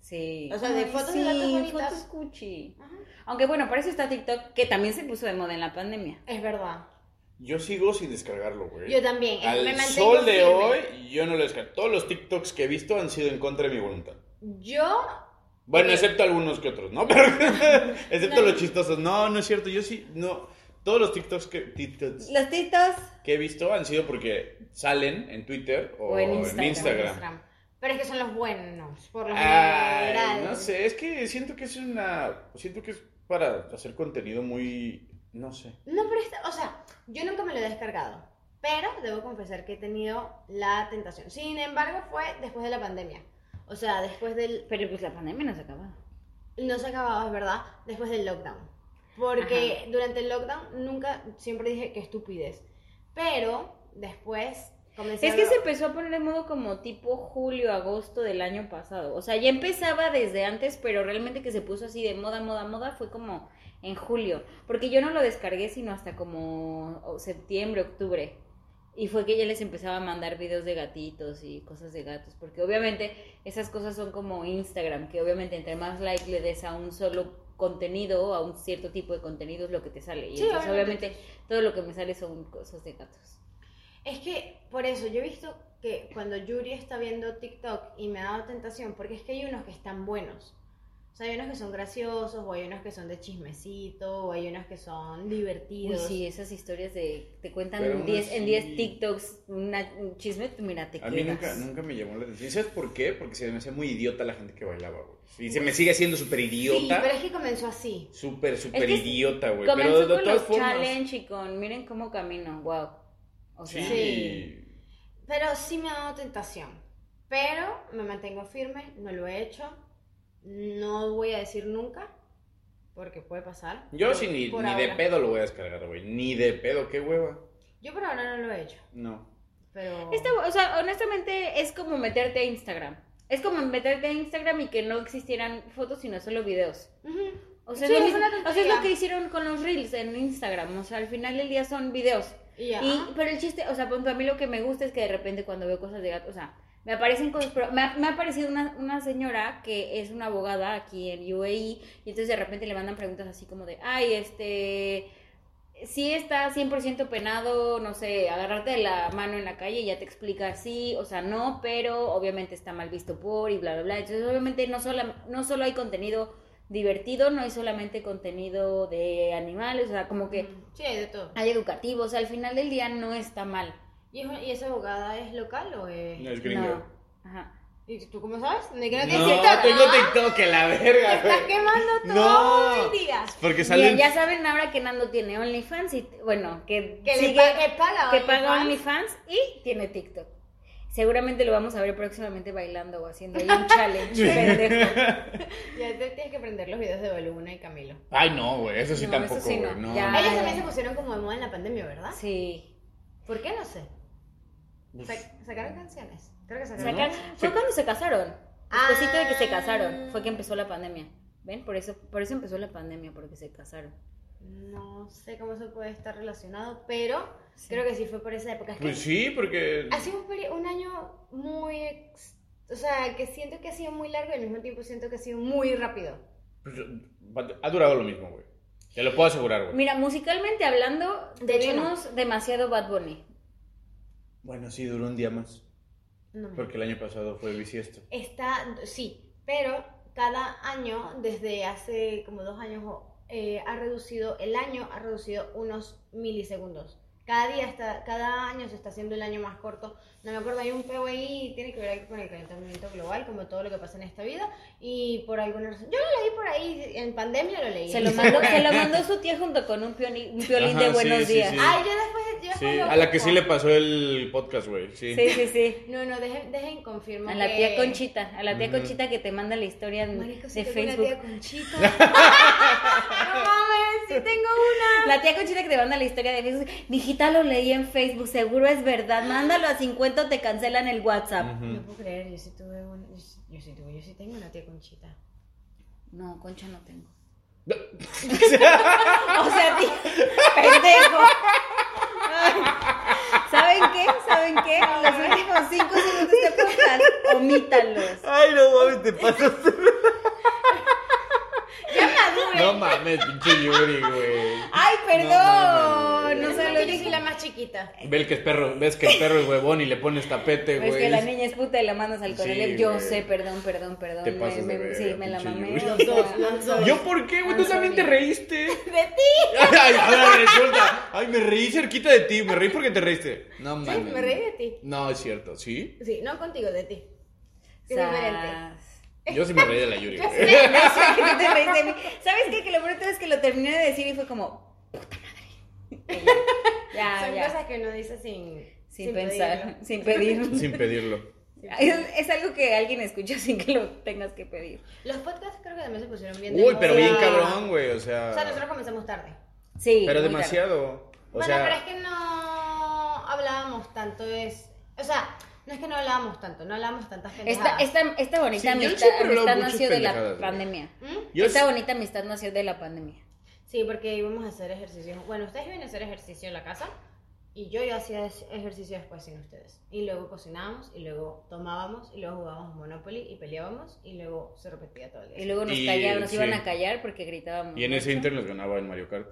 Speaker 1: Sí.
Speaker 2: O sea, de fotos de gatos bonitas.
Speaker 1: fotos cuchi.
Speaker 2: Ajá.
Speaker 1: Aunque bueno, para eso está TikTok, que también se puso de moda en la pandemia.
Speaker 2: Es verdad.
Speaker 4: Yo sigo sin descargarlo, güey.
Speaker 2: Yo también. eh, me
Speaker 4: Al
Speaker 2: mantengo
Speaker 4: sol de
Speaker 2: firme.
Speaker 4: hoy, yo no lo descargo. Todos los TikToks que he visto han sido en contra de mi voluntad.
Speaker 2: Yo,
Speaker 4: Bueno,
Speaker 2: Sí.
Speaker 4: excepto algunos que otros, ¿no? <laughs> Pero, excepto
Speaker 2: No.
Speaker 4: los chistosos. No, no es cierto. Yo sí, no. Todos los TikToks que, TikToks
Speaker 1: Los titos.
Speaker 4: que he visto han sido porque salen en Twitter o,
Speaker 1: O en
Speaker 4: en Instagram.
Speaker 1: Instagram.
Speaker 2: Instagram. Pero es que son los buenos, por lo
Speaker 4: Ay,
Speaker 2: general.
Speaker 4: no sé, es que siento que es una. Siento que es para hacer contenido muy. No sé.
Speaker 2: No, pero esta, o sea, yo nunca me lo he descargado, pero debo confesar que he tenido la tentación. Sin embargo, fue después de la pandemia. O sea, después del...
Speaker 1: Pero pues la pandemia no se acaba.
Speaker 2: no se acababa, es verdad, después del lockdown. Porque durante el lockdown nunca, siempre dije que estupidez. Pero después comencé
Speaker 1: Es
Speaker 2: a
Speaker 1: que se
Speaker 2: ver-
Speaker 1: empezó a poner de modo como tipo julio, agosto del año pasado. O sea, ya empezaba desde antes, pero realmente que se puso así de moda, moda, moda fue como en julio. Porque yo no lo descargué sino hasta como o- septiembre, octubre. Y fue que ya les empezaba a mandar videos de gatitos y cosas de gatos. Porque obviamente esas cosas son como Instagram, que obviamente entre más like le des a un solo contenido, a un cierto tipo de contenido es lo que te sale. Y
Speaker 2: Sí,
Speaker 1: entonces,
Speaker 2: obviamente.
Speaker 1: obviamente todo lo que me sale son cosas de gatos.
Speaker 2: Es que por eso yo he visto que cuando Yuri está viendo TikTok y me ha dado tentación, porque es que hay unos que están buenos. O sea, hay unos que son graciosos, o hay unos que son de chismecito, o hay unos que son
Speaker 1: Uy,
Speaker 2: divertidos.
Speaker 1: sí, esas historias de te
Speaker 4: Pero
Speaker 1: cuentan
Speaker 4: aún
Speaker 1: 10 en 10
Speaker 4: así-
Speaker 1: TikToks una- un chisme, mira, te
Speaker 4: A mí
Speaker 1: quedas.
Speaker 4: nunca, nunca me llamó la atención. ¿Sabes por qué? Porque se me hacía muy idiota la gente que bailaba, güey. Y se me sigue haciendo súper
Speaker 2: Sí,
Speaker 4: idiota.
Speaker 2: pero es que comenzó así.
Speaker 4: Súper, súper
Speaker 1: Es que
Speaker 4: idiota, güey.
Speaker 1: Comenzó
Speaker 4: Pero de,
Speaker 1: con
Speaker 4: todas
Speaker 1: los
Speaker 4: formas.
Speaker 1: challenge y con miren cómo camino, wow. O sea,
Speaker 4: Sí.
Speaker 2: Sí. Pero sí me ha dado tentación. Pero me mantengo firme, no lo he hecho. No voy a decir nunca, porque puede pasar.
Speaker 4: Yo
Speaker 2: Por-
Speaker 4: sí ni,
Speaker 2: por
Speaker 4: ni de
Speaker 2: ahora.
Speaker 4: pedo lo voy a descargar, güey. Ni de pedo, qué hueva.
Speaker 2: Yo por ahora no lo he hecho,
Speaker 4: No.
Speaker 2: pero...
Speaker 1: está- o sea, honestamente es como meterte a Instagram. Es como meterte a Instagram y que no existieran fotos, sino solo videos.
Speaker 2: Ujú.
Speaker 1: O sea,
Speaker 2: Sí,
Speaker 1: es, lo
Speaker 2: es una
Speaker 1: mismo- o sea, es lo
Speaker 2: tontería.
Speaker 1: que hicieron con los reels en Instagram. O sea, al final del día son videos.
Speaker 2: Y ya.
Speaker 1: Y, pero el chiste, o sea, punto, a mí lo que me gusta es que de repente cuando veo cosas de gato, o sea, me aparecen cosas, pero me ha, me ha aparecido una, una señora que es una abogada aquí en UAE y entonces de repente le mandan preguntas así como de, ay, este, si está 100% penado, no sé, agarrarte de la mano en la calle y ya te explica sí, o sea, no, pero obviamente está mal visto por y bla, bla, bla. Entonces, obviamente no, sola, no solo hay contenido divertido, no hay solamente contenido de animales, o sea, como que
Speaker 2: Ujú. Sí, hay de todo.
Speaker 1: hay educativos, al final del día no está mal.
Speaker 2: ¿Y, es- y esa abogada es local o es.?
Speaker 4: No es gringo.
Speaker 1: No. Ajá.
Speaker 2: ¿Y tú cómo sabes? ¿De qué no tienes
Speaker 4: No,
Speaker 2: TikTok?
Speaker 4: tengo
Speaker 2: ¿Ah?
Speaker 4: TikTok en la verga,
Speaker 2: Te estás
Speaker 4: güey.
Speaker 2: quemando
Speaker 4: No.
Speaker 2: todo el día.
Speaker 4: Porque
Speaker 1: Miren,
Speaker 4: salen.
Speaker 1: ya saben ahora que Nando tiene OnlyFans y bueno, que,
Speaker 2: Que,
Speaker 1: sigue-
Speaker 2: le pa- que paga.
Speaker 1: que paga
Speaker 2: OnlyFans.
Speaker 1: OnlyFans y tiene TikTok. Seguramente lo vamos a ver próximamente bailando o haciendo ahí un challenge. pendejo.
Speaker 2: Ya te tienes que prender los videos de Baluna y Camilo.
Speaker 4: Ay, no, güey. Eso sí
Speaker 1: No,
Speaker 4: tampoco,
Speaker 1: eso sí
Speaker 4: güey.
Speaker 1: no.
Speaker 4: no. Pues,
Speaker 1: Ya. Ay.
Speaker 2: Ellos también se pusieron como de moda en la pandemia, ¿verdad?
Speaker 1: Sí.
Speaker 2: ¿Por qué? No sé.
Speaker 1: Pues,
Speaker 4: Uf.
Speaker 2: Sa- sacaron canciones. Creo que sacaron.
Speaker 1: Sacan- Fue cuando se casaron. Despuésito de que se casaron,
Speaker 2: Ah.
Speaker 1: fue que empezó la pandemia. ¿Ven? Por eso, por eso empezó la pandemia, porque se casaron.
Speaker 2: No sé cómo eso puede estar relacionado, pero
Speaker 1: Sí.
Speaker 2: creo que sí fue por esa época. Es que
Speaker 4: Pues sí, porque.
Speaker 2: Ha sido un, peri- un año muy. ex- O sea, que siento que ha sido muy largo y al mismo tiempo siento que ha sido muy rápido.
Speaker 4: pues, ha durado lo mismo, güey. Te lo puedo asegurar, güey.
Speaker 1: Mira, musicalmente hablando,
Speaker 2: De hecho, no.
Speaker 1: tenemos demasiado Bad Bunny.
Speaker 4: Bueno, sí, duró un día más.
Speaker 2: No me-
Speaker 4: Porque el año pasado fue bisiesto.
Speaker 2: Está. Sí, pero cada año, desde hace como dos años, o- eh, ha reducido. El año ha reducido unos milisegundos. Cada día está, cada año se está haciendo el año más corto. No me acuerdo, hay un peo ahí, tiene que ver ahí con el calentamiento global, como todo lo que pasa en esta vida. Y por alguna razón, yo lo leí por ahí, en pandemia lo leí.
Speaker 1: Se lo mandó, se lo mandó su tía junto con un, pioni-
Speaker 4: <laughs>
Speaker 1: un violín
Speaker 4: Ajá,
Speaker 1: de
Speaker 4: sí,
Speaker 1: buenos
Speaker 4: sí,
Speaker 1: días.
Speaker 4: sí.
Speaker 2: <laughs> Ay, yo después, yo después
Speaker 4: Sí,
Speaker 2: lo
Speaker 4: a la que sí
Speaker 2: busco.
Speaker 4: le pasó el podcast, güey. Sí.
Speaker 1: Sí, sí, sí.
Speaker 2: No, no, dejen, dejen confirmo
Speaker 1: A la
Speaker 2: que-
Speaker 1: tía Conchita, a la tía
Speaker 4: Ujú.
Speaker 1: Conchita que te manda la historia en-
Speaker 2: Marico, sí
Speaker 1: de
Speaker 2: tengo una tía
Speaker 1: <laughs> Facebook. Ah,
Speaker 2: Conchita. no mames, sí tengo una.
Speaker 1: La tía Conchita que te manda la historia de Facebook. Mijita, lo leí en Facebook, seguro es verdad. Mándalo a 50 o te cancelan el WhatsApp.
Speaker 2: No
Speaker 1: <laughs>
Speaker 4: Ujú.
Speaker 2: puedo creer, yo sí tuve una, yo sí, yo sí tuve, yo sí tengo una tía Conchita.
Speaker 1: No, Concha no tengo. o sea, tía, <laughs> pendejo. Ay, ¿Saben qué? ¿Saben qué? Los últimos 5 segundos de este podcast, omítalos.
Speaker 4: Ay, no mames,
Speaker 1: <laughs>
Speaker 4: te pasaste.
Speaker 2: ¡Ya madura!
Speaker 4: No mames, pinche Yuri, güey.
Speaker 1: Ay, perdón.
Speaker 4: No mames,
Speaker 1: No,
Speaker 4: güey.
Speaker 1: se lo
Speaker 2: yo
Speaker 1: dije.
Speaker 2: soy la más chiquita.
Speaker 4: Ve el que es perro, ves que el perro es huevón y le pones tapete,
Speaker 1: Pero
Speaker 4: güey.
Speaker 1: es que la niña es puta y la mandas al
Speaker 4: Sí,
Speaker 1: coronel. Yo
Speaker 4: güey.
Speaker 1: sé, perdón, perdón, perdón.
Speaker 4: Te
Speaker 1: Me-
Speaker 4: pasas de
Speaker 1: me-
Speaker 4: verga,
Speaker 1: sí, me la
Speaker 4: pinche
Speaker 1: mamé.
Speaker 4: Yuri.
Speaker 1: o
Speaker 4: Los
Speaker 1: sea,
Speaker 4: ¿Yo por qué, güey? Tú
Speaker 1: I'm
Speaker 4: también te
Speaker 1: sorry.
Speaker 4: reíste. <laughs>
Speaker 2: ¡De ti!
Speaker 4: Ay, ahora resulta. Ay, me reí cerquita de ti. Me reí porque te reíste. No
Speaker 2: Sí,
Speaker 4: mames.
Speaker 2: me reí de ti.
Speaker 4: No, es cierto, ¿sí?
Speaker 2: Sí, no contigo, de ti. Es
Speaker 1: Sas. <laughs>
Speaker 2: <laughs> diferente.
Speaker 4: Yo sí me reí de la Yuri, güey.
Speaker 1: Sí, no sé que no te reíste de mí. ¿Sabes qué? Que lo bruto es que lo terminé de decir y fue como, puta madre. Y Ya, ya,
Speaker 2: Son <laughs>
Speaker 1: ya.
Speaker 2: cosas que uno dice sin...
Speaker 1: Sin, pensar, sin pedir.
Speaker 4: <laughs> Sin pedirlo.
Speaker 1: <laughs> Es, es algo que alguien escucha sin que lo tengas que pedir.
Speaker 2: Los podcasts creo que también se pusieron bien. de
Speaker 4: Uy, pero
Speaker 2: moda.
Speaker 4: bien cabrón, güey, o sea.
Speaker 2: O sea, nosotros comenzamos tarde.
Speaker 1: Sí.
Speaker 4: pero
Speaker 1: muy
Speaker 4: demasiado. O
Speaker 2: bueno,
Speaker 4: sea,
Speaker 2: pero es que no hablábamos tanto es, o sea, no es que no hablábamos tanto, no hablábamos tantas
Speaker 1: tarde.
Speaker 2: pendejadas.
Speaker 1: Esta, esta, esta bonita
Speaker 4: Sí, yo
Speaker 1: amistad,
Speaker 4: siempre hablo
Speaker 1: amistad
Speaker 4: muchas
Speaker 1: nació de la
Speaker 4: pendejadas, güey.
Speaker 1: pandemia.
Speaker 2: ¿Mm?
Speaker 4: yo
Speaker 1: esta
Speaker 4: sí-
Speaker 1: bonita amistad nació de la pandemia.
Speaker 2: Sí, porque íbamos a hacer ejercicio. Bueno, ustedes iban a hacer ejercicio en la casa y yo yo hacía es- ejercicio después sin ustedes. Y luego cocinábamos y luego tomábamos y luego jugábamos Monopoly y peleábamos y luego se repetía todo el día.
Speaker 1: Y luego nos
Speaker 4: Y,
Speaker 1: callaron, nos
Speaker 4: sí.
Speaker 1: iban a callar porque gritábamos.
Speaker 4: Y en ese
Speaker 1: mucho.
Speaker 4: inter nos ganaba el Mario Kart.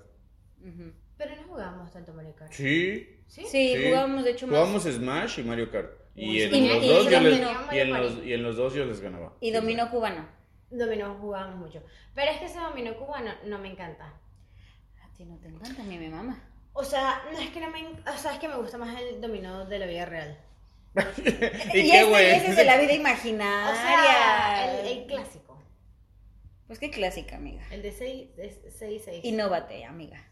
Speaker 1: Ujú.
Speaker 2: Pero no jugábamos tanto Mario Kart.
Speaker 4: Sí.
Speaker 2: ¿Sí?
Speaker 1: Sí,
Speaker 4: Sí.
Speaker 1: jugábamos de hecho más.
Speaker 4: Jugábamos Smash y Mario Kart. Y
Speaker 2: Uy,
Speaker 4: en
Speaker 2: sí.
Speaker 4: los
Speaker 1: Y-
Speaker 4: dos
Speaker 1: y
Speaker 4: yo les-
Speaker 1: dominó.
Speaker 4: y en los- y en los dos yo les ganaba.
Speaker 1: Y dominó cubano.
Speaker 2: Dominó jugábamos mucho. Pero es que ese dominó cubano no me encanta.
Speaker 1: A ti no te encanta, a mí me mama.
Speaker 2: O sea, no es que no me, en- o sea, es que me gusta más el dominó de la vida real.
Speaker 1: <laughs>
Speaker 4: ¿Y,
Speaker 1: Y
Speaker 4: qué,
Speaker 1: ese-
Speaker 4: güey?
Speaker 1: ese es de la vida
Speaker 2: O
Speaker 1: imaginaria.
Speaker 2: sea, el, el clásico.
Speaker 1: Pues qué clásica, amiga.
Speaker 2: El de 6 6 6.
Speaker 1: Innovate, amiga.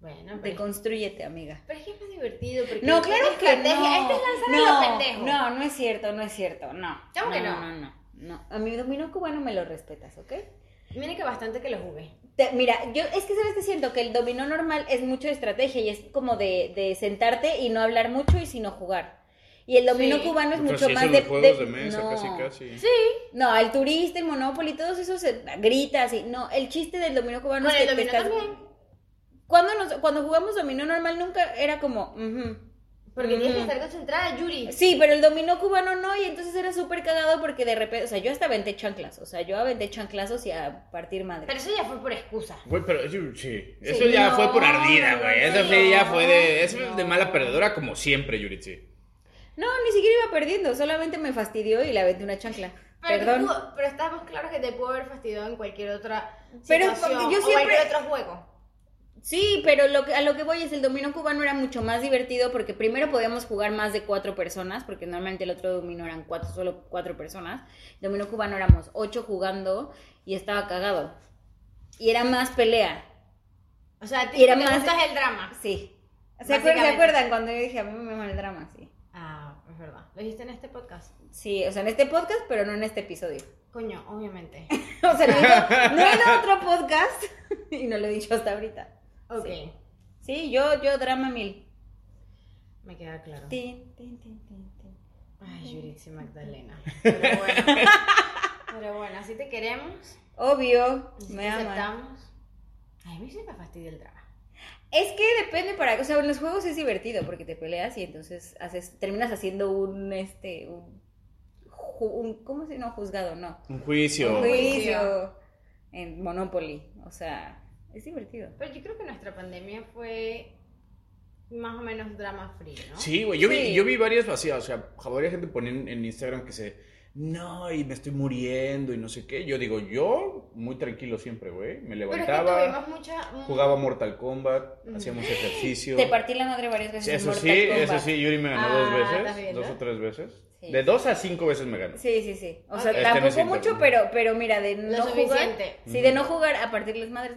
Speaker 2: Bueno, pero,
Speaker 1: Deconstrúyete, amiga.
Speaker 2: pero es que es más divertido porque
Speaker 1: No, claro
Speaker 2: tienes
Speaker 1: que no.
Speaker 2: estrategia. Este es lanzar a lo pendejo.
Speaker 1: No, no es cierto, no es cierto, no.
Speaker 2: ¿Cómo que
Speaker 1: no,
Speaker 2: no?
Speaker 1: no, no. no. A mi dominó cubano me lo respetas, ¿ok?
Speaker 2: Mira que bastante que lo jugué.
Speaker 1: Te- mira, yo es que sabes que siento que el dominó normal es mucho de estrategia y es como de, de sentarte y no hablar mucho y sino jugar. Y el dominó
Speaker 2: Sí.
Speaker 1: cubano es
Speaker 4: Pero
Speaker 1: mucho
Speaker 4: si
Speaker 1: más
Speaker 4: esos
Speaker 1: de,
Speaker 4: los juegos
Speaker 1: de-
Speaker 4: de mesa,
Speaker 1: no.
Speaker 4: casi, casi.
Speaker 1: No, el turista, el Monopoly, todos esos eh, gritas y no, el chiste del dominó cubano
Speaker 2: Con
Speaker 1: es
Speaker 2: el
Speaker 1: que te
Speaker 2: dominó
Speaker 1: estás-
Speaker 2: también.
Speaker 1: Cuando nos- cuando jugamos dominó normal nunca era como, ujú,
Speaker 2: Porque tienes que
Speaker 1: ujú.
Speaker 2: estar concentrada, Yuri.
Speaker 1: Sí, pero el dominó cubano no, y entonces era súper cagado porque de repente, o sea, yo hasta aventé chanclas, o sea, yo aventé chanclazos y a partir madre.
Speaker 2: Pero eso ya fue por excusa.
Speaker 4: Güey, pero eso, sí. Eso ya
Speaker 1: No,
Speaker 4: fue por ardida,
Speaker 1: no,
Speaker 4: güey.
Speaker 1: no,
Speaker 4: eso sí, ya
Speaker 1: no,
Speaker 4: fue de. Eso es de
Speaker 1: no.
Speaker 4: mala perdedora, como siempre, Yuritsi.
Speaker 1: No, ni siquiera iba perdiendo, solamente me fastidió y le aventé una chancla.
Speaker 2: Pero, te
Speaker 1: Perdón.
Speaker 2: pudo- pero estamos claros que te pudo haber fastidiado en cualquier otra
Speaker 1: Pero
Speaker 2: situación
Speaker 1: porque yo
Speaker 2: o
Speaker 1: siempre-
Speaker 2: cualquier otro juego.
Speaker 1: Sí, pero lo que, a lo que voy es el dominó cubano era mucho más divertido porque primero podíamos jugar más de cuatro personas, porque normalmente el otro dominó eran cuatro, solo cuatro personas. El dominó cubano éramos ocho jugando y estaba cagado. Y era más pelea.
Speaker 2: O sea, a ti
Speaker 1: Y era
Speaker 2: te
Speaker 1: más-
Speaker 2: gusta el drama.
Speaker 1: Sí. ¿Se acuerdan, ¿se acuerdan cuando yo dije a mí me mama el drama? Sí.
Speaker 2: Ah, es verdad. Lo dijiste en este podcast.
Speaker 1: Sí, o sea, en este podcast, pero no en este episodio. <laughs>
Speaker 2: Coño, obviamente.
Speaker 1: O sea, no, he ido- no he ido a otro podcast <laughs> y no lo he dicho hasta ahorita.
Speaker 2: Ok.
Speaker 1: Sí. Sí, yo, yo drama mil.
Speaker 2: Me queda claro.
Speaker 1: Tin, tin, tin, tin, tin.
Speaker 2: Ay,
Speaker 1: <laughs>
Speaker 2: Yuritsi Magdalena. Pero bueno. Pero bueno, así te queremos.
Speaker 1: Obvio,
Speaker 2: así
Speaker 1: me
Speaker 2: te
Speaker 1: aman.
Speaker 2: aceptamos. Ay, a mí sí me fastidia el drama.
Speaker 1: Es que depende para, o sea, en los juegos es divertido porque te peleas y entonces haces, terminas haciendo un, este, un, ju- un ¿cómo se no juzgado? No,
Speaker 4: Un juicio.
Speaker 1: un
Speaker 2: güey.
Speaker 1: juicio en Monopoly, o sea, es divertido.
Speaker 2: Pero yo creo que nuestra pandemia fue más o menos drama free, ¿no?
Speaker 4: Sí, güey. Yo,
Speaker 1: Sí.
Speaker 4: Vi, yo vi varias vacías. O sea, varias gente ponía en, en Instagram que se. No, y me estoy muriendo y no sé qué. Yo digo, yo, muy tranquilo siempre, güey. Me
Speaker 2: Pero es que
Speaker 4: levantaba,
Speaker 2: tuvimos mucha.
Speaker 4: jugaba Mortal Kombat,
Speaker 2: Ujú.
Speaker 4: hacíamos ejercicio.
Speaker 1: Te partí la madre varias veces.
Speaker 4: Sí,
Speaker 1: en
Speaker 4: eso
Speaker 1: Mortal
Speaker 4: sí, eso
Speaker 1: Kombat.
Speaker 4: sí, Yuri me ganó
Speaker 2: Ah,
Speaker 4: dos
Speaker 2: ¿estás
Speaker 4: veces,
Speaker 2: viendo?
Speaker 4: dos o tres veces.
Speaker 1: Sí.
Speaker 4: De dos a cinco veces me ganó.
Speaker 1: Sí, sí, sí. O sea,
Speaker 2: Ok.
Speaker 4: Este no es
Speaker 1: tampoco mucho,
Speaker 4: internet.
Speaker 1: pero, pero mira, de
Speaker 2: Ah, Lo
Speaker 1: no jugar.
Speaker 2: suficiente.
Speaker 1: Sí, de no jugar a partir de las madres.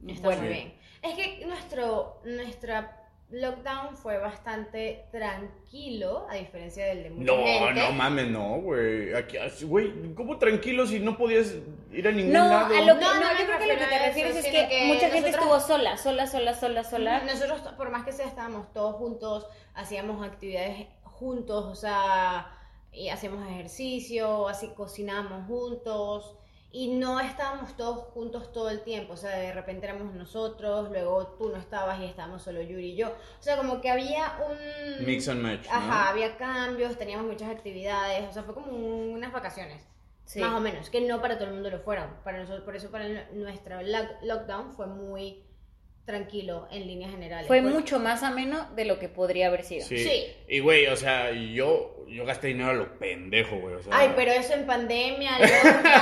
Speaker 1: mm,
Speaker 2: Está
Speaker 1: bueno.
Speaker 2: muy bien. Es que nuestro, nuestra lockdown fue bastante tranquilo, a diferencia del de mucha
Speaker 4: No,
Speaker 2: gente.
Speaker 4: no mames, no, güey. Aquí, así, Güey, ¿cómo tranquilo si no podías ir a ningún
Speaker 1: No,
Speaker 4: lado?
Speaker 1: a lo que,
Speaker 2: No,
Speaker 1: no,
Speaker 2: no me
Speaker 1: yo creo que a lo que
Speaker 2: refiero a
Speaker 1: te
Speaker 2: eso,
Speaker 1: refieres es que,
Speaker 2: sino que
Speaker 1: mucha gente
Speaker 2: nosotras-
Speaker 1: estuvo sola, sola, sola, sola, sola.
Speaker 2: Nosotros, por más que sea, estábamos todos juntos, hacíamos actividades juntos, o sea, y hacíamos ejercicio, así cocinábamos juntos, y no estábamos todos juntos todo el tiempo, o sea, de repente éramos nosotros, luego tú no estabas y estábamos solo Yuri y yo, o sea, como que había un...
Speaker 4: Mix and match. ¿no?
Speaker 2: Ajá, había cambios, teníamos muchas actividades, o sea, fue como un- unas vacaciones,
Speaker 1: Sí.
Speaker 2: más o menos, que no para todo el mundo lo fueron. Para nosotros, por eso para el- nuestra lock- lockdown fue muy tranquilo en líneas generales.
Speaker 1: Fue
Speaker 2: Pues-
Speaker 1: mucho más ameno de lo que podría haber sido.
Speaker 4: Sí.
Speaker 2: Sí.
Speaker 4: Y, güey, o sea, yo, yo gasté dinero a lo pendejo, güey. O sea,
Speaker 2: Ay, pero eso en pandemia,
Speaker 1: <laughs>
Speaker 2: lockdown,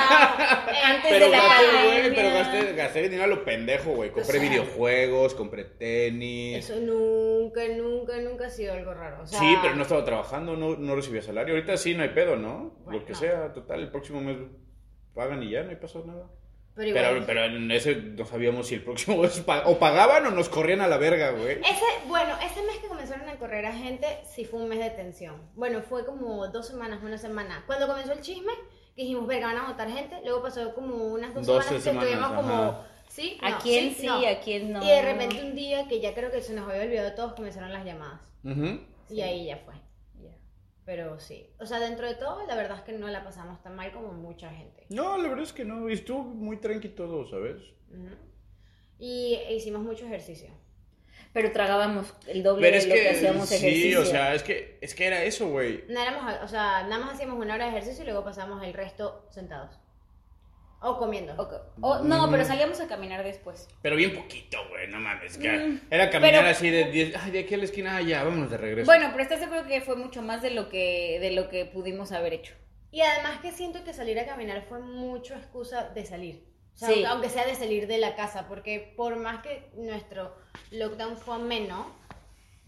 Speaker 2: antes
Speaker 4: Pero
Speaker 2: de la
Speaker 4: gasté,
Speaker 2: pandemia.
Speaker 4: güey, pero gasté, gasté dinero a lo pendejo, güey. Compré
Speaker 2: O sea,
Speaker 4: videojuegos, compré tenis.
Speaker 2: Eso nunca, nunca, nunca ha sido algo raro. o sea,
Speaker 4: Sí, pero no estaba trabajando, no, no recibía salario. Ahorita sí, no hay pedo, ¿no?
Speaker 2: Bueno,
Speaker 4: lo que
Speaker 2: no.
Speaker 4: sea, total, el próximo mes pagan y ya, no hay pasado nada.
Speaker 2: Pero igual.
Speaker 4: Pero, pero en ese no sabíamos si el próximo es pa- o pagaban o nos corrían a la verga,
Speaker 2: Eh.
Speaker 4: güey.
Speaker 2: Ese, bueno, ese mes que comenzaron a correr a gente, sí fue un mes de tensión. Bueno, fue como dos semanas, una semana. Cuando comenzó el chisme, que dijimos, verga, van a votar gente. Luego pasó como unas dos
Speaker 4: Doce
Speaker 2: semanas,
Speaker 4: semanas,
Speaker 2: que estuvimos como,
Speaker 4: ajá.
Speaker 2: ¿sí?
Speaker 1: ¿A
Speaker 2: no,
Speaker 1: quién sí,
Speaker 2: no.
Speaker 1: a quién no?
Speaker 2: Y de repente un día que ya creo que se nos había olvidado a todos, comenzaron las llamadas.
Speaker 4: Ujú.
Speaker 2: Y ahí ya fue. Pero sí. O sea, dentro de todo, la verdad es que no la pasamos tan mal como mucha gente.
Speaker 4: No, la verdad es que no. Y estuvo muy tranqui todo, ¿sabes?
Speaker 2: Ujú. Y hicimos mucho ejercicio.
Speaker 1: Pero tragábamos el doble
Speaker 4: Pero
Speaker 1: de
Speaker 4: es
Speaker 1: lo que hacíamos
Speaker 4: que sí,
Speaker 1: ejercicio.
Speaker 4: o sea, es que es que era eso, güey.
Speaker 2: No éramos- o sea, nada más hacíamos una hora de ejercicio y luego pasamos el resto sentados. O comiendo.
Speaker 1: Ok. O- no, pero salíamos a caminar después.
Speaker 4: Pero bien poquito, güey, no mames. que
Speaker 1: Mm.
Speaker 4: era caminar
Speaker 1: Pero-
Speaker 4: así de 10, ay, de aquí a la esquina, ah, ya, vámonos de regreso.
Speaker 1: Bueno, pero estás de acuerdo que fue mucho más de lo que, de lo que pudimos haber hecho.
Speaker 2: Y además que siento que salir a caminar fue mucho excusa de salir. O sea,
Speaker 1: Sí.
Speaker 2: aunque- aunque sea de salir de la casa, porque por más que nuestro lockdown fue ameno,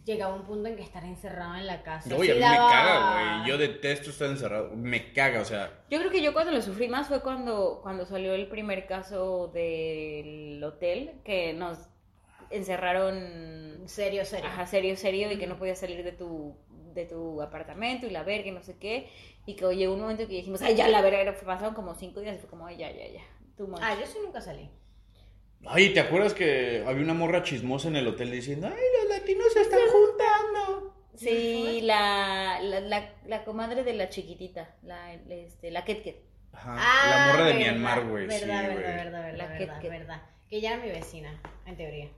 Speaker 2: llegaba un punto en que estar encerrado en la casa.
Speaker 4: Güey, a
Speaker 2: sí
Speaker 4: mí
Speaker 2: daba-
Speaker 4: me caga, güey. Yo detesto estar encerrado. Me caga, o sea.
Speaker 1: Yo creo que yo cuando lo sufrí más fue cuando, cuando salió el primer caso del hotel, que nos encerraron
Speaker 2: En serio, serio.
Speaker 1: ajá, serio, serio, y que no podías salir de tu, de tu apartamento y la verga y no sé qué. Y que llegó un momento que dijimos, ay, ya la verga, era- pasaron como cinco días y fue como, ay, ya, ya, ya. Too much.
Speaker 2: Ah, yo sí nunca salí.
Speaker 4: Ay, ¿te acuerdas que había una morra chismosa en el hotel diciendo, ay, los latinos se están juntando?
Speaker 1: Sí, la, la, la, la comadre de la chiquitita, la, este, la Ketket.
Speaker 4: Ajá,
Speaker 2: Ah,
Speaker 4: la morra de
Speaker 2: verdad,
Speaker 4: Myanmar, güey.
Speaker 2: Verdad,
Speaker 4: Sí,
Speaker 2: verdad,
Speaker 4: güey.
Speaker 2: verdad, verdad,
Speaker 1: La que-
Speaker 2: verdad,
Speaker 1: que-
Speaker 2: verdad. Que ya era mi vecina, en teoría.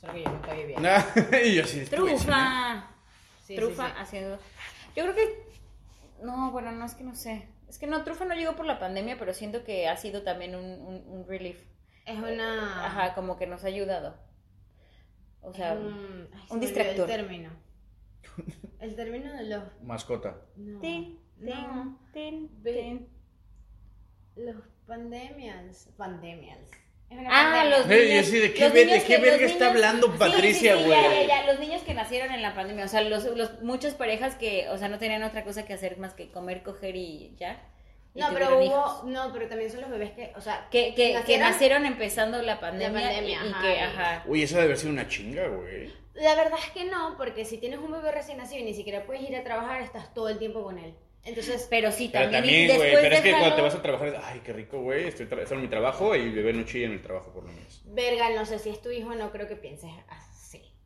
Speaker 2: Solo que yo nunca vivía.
Speaker 4: Ah, <laughs> y yo así "¿Es tu vecina?".
Speaker 1: Trufa,
Speaker 2: Sí, sí,
Speaker 1: trufa
Speaker 2: sí.
Speaker 1: haciendo. Yo creo que no, bueno, no es que no sé. Es que no, trufa no llegó por la pandemia, pero siento que ha sido también un, un, un relief.
Speaker 2: Es una.
Speaker 1: Ajá, como que nos ha ayudado. O sea,
Speaker 2: es un, ay, se
Speaker 1: un
Speaker 2: me olvidó
Speaker 1: distractor.
Speaker 2: El término.
Speaker 4: <laughs>
Speaker 2: El término de los.
Speaker 4: Mascota.
Speaker 2: No.
Speaker 1: tin,
Speaker 2: no,
Speaker 1: tin, tin,
Speaker 2: Ve-
Speaker 1: tin.
Speaker 2: Los pandemias. Pandemias. Es una
Speaker 1: Ah,
Speaker 2: pandemia.
Speaker 1: los
Speaker 4: Ey,
Speaker 1: niños.
Speaker 4: así de, ¿qué
Speaker 1: los
Speaker 4: ve-
Speaker 1: niños
Speaker 4: de qué
Speaker 1: que-
Speaker 4: verga
Speaker 1: los
Speaker 4: está
Speaker 1: niños-
Speaker 4: hablando
Speaker 1: Sí, sí,
Speaker 4: Patricia,
Speaker 1: sí,
Speaker 4: güey?
Speaker 1: ya, ya, ya, los niños que nacieron en la pandemia, o sea, los, los- muchas parejas que, o sea, no tenían otra cosa que hacer más que comer, coger y ya. y
Speaker 2: No, pero
Speaker 1: tuvieron
Speaker 2: hubo.
Speaker 1: hijos.
Speaker 2: No, pero también son los bebés que. O sea,
Speaker 1: Que, que, nacieron, que
Speaker 2: Nacieron-
Speaker 1: nacieron empezando la pandemia,
Speaker 2: La pandemia,
Speaker 1: y, y
Speaker 2: ajá,
Speaker 1: que,
Speaker 2: y-
Speaker 1: ajá.
Speaker 4: Uy, eso debe haber sido una chinga, güey.
Speaker 2: La verdad es que no, porque si tienes un bebé recién nacido y ni siquiera puedes ir a trabajar, estás todo el tiempo con él. Entonces.
Speaker 1: Pero sí,
Speaker 4: Pero
Speaker 1: también, y
Speaker 4: también, güey,
Speaker 1: después
Speaker 4: pero es que
Speaker 1: déjalo-
Speaker 4: cuando te vas a trabajar, es, ay, qué rico, güey, estoy tra- estoy en mi trabajo y el bebé no chilla en el trabajo, por lo menos.
Speaker 2: Verga, no sé si es tu hijo, no creo que pienses así.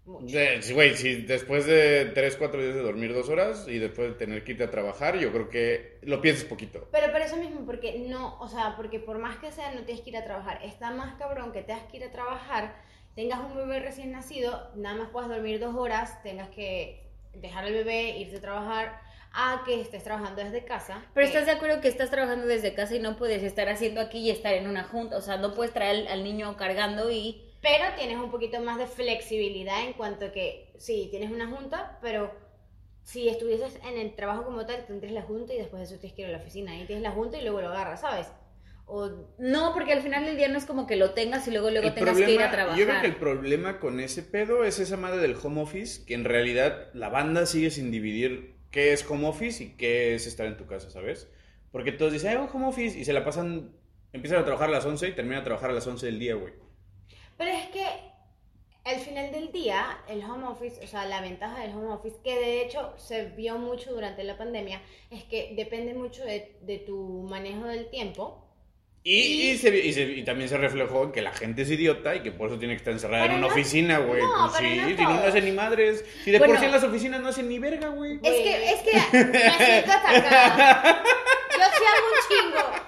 Speaker 2: Mucho.
Speaker 4: De- sí, Güey, si después de 3, 4 días de dormir dos horas y después de tener que irte a trabajar, yo creo que lo piensas poquito.
Speaker 2: Pero por eso mismo, porque no, o sea, porque por más que sea, no tienes que ir a trabajar. Está más cabrón que tengas que ir a trabajar, tengas un bebé recién nacido, nada más puedas dormir dos horas, tengas que dejar al bebé, irte a trabajar, a que estés trabajando desde casa.
Speaker 1: Pero
Speaker 2: que-
Speaker 1: estás de acuerdo que estás trabajando desde casa y no puedes estar haciendo aquí y estar en una junta, o sea, no puedes traer al, al niño cargando y...
Speaker 2: Pero tienes un poquito más de flexibilidad en cuanto que, sí, tienes una junta, pero si estuvieses en el trabajo como tal, tendrías la junta y después de eso tienes que ir a la oficina. Ahí tienes la junta y luego lo agarras, ¿sabes? O
Speaker 1: No, porque al final del día no es como que lo tengas y luego luego
Speaker 4: El
Speaker 1: tengas que ir a trabajar.
Speaker 4: Yo creo que el problema con ese pedo es esa madre del home office, que en realidad la banda sigue sin dividir qué es home office y qué es estar en tu casa, ¿sabes? Porque todos dicen, ay, un home office, y se la pasan, empiezan a trabajar a las 11 y terminan a trabajar a las 11 del día, güey.
Speaker 2: Pero es que al final del día, el home office, o sea, la ventaja del home office, que de hecho se vio mucho durante la pandemia, es que depende mucho de, de tu manejo del tiempo.
Speaker 4: Y, y se, vi- y se- y también se reflejó en que la gente es idiota y que por eso tiene que estar encerrada
Speaker 2: Pero
Speaker 4: en una
Speaker 2: no-
Speaker 4: oficina, güey.
Speaker 2: no,
Speaker 4: pues
Speaker 2: pero
Speaker 4: sí,
Speaker 2: no
Speaker 4: si no, no
Speaker 2: todos.
Speaker 4: hacen ni madres. Si de por
Speaker 1: Bueno.
Speaker 4: sí en las oficinas no hacen ni verga, güey.
Speaker 2: Es que, es que me <laughs> siento atacada. Yo sí hago un chingo.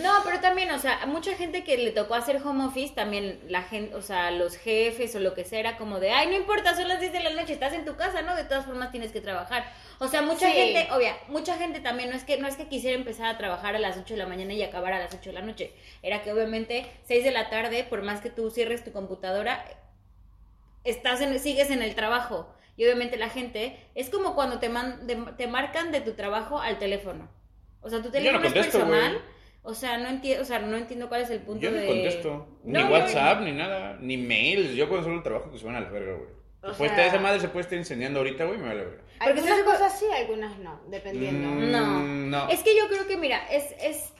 Speaker 1: No, pero también, o sea, a mucha gente que le tocó hacer home office, también la gente, o sea, los jefes o lo que sea, era como de, ay, no importa, son las 10 de la noche, estás en tu casa, ¿no? De todas formas tienes que trabajar. O sea, mucha
Speaker 2: Sí.
Speaker 1: gente, obvia, mucha gente también, no es que no es que quisiera empezar a trabajar a las 8 de la mañana y acabar a las 8 de la noche. Era que obviamente 6 de la tarde, por más que tú cierres tu computadora, estás en, sigues en el trabajo. Y obviamente la gente, es como cuando te, man- de- te marcan de tu trabajo al teléfono. O sea, tu teléfono es
Speaker 4: contesto,
Speaker 1: personal.
Speaker 4: güey.
Speaker 1: O sea, no entiendo, o sea, no entiendo cuál es el punto
Speaker 4: Yo no
Speaker 1: de...
Speaker 4: contesto. Ni
Speaker 1: No, no,
Speaker 4: WhatsApp, ni nada. Ni mails. Yo cuando solo el trabajo que se van a la verga, güey.
Speaker 2: O
Speaker 4: Pues
Speaker 2: sea-
Speaker 4: esa madre se puede estar incendiando ahorita, güey, me vale verga.
Speaker 1: Porque
Speaker 2: Algunas
Speaker 1: esas
Speaker 2: cosas sí, algunas no, dependiendo.
Speaker 4: Mm.
Speaker 1: No.
Speaker 4: Mm, no.
Speaker 1: Es que yo creo que, mira, es, es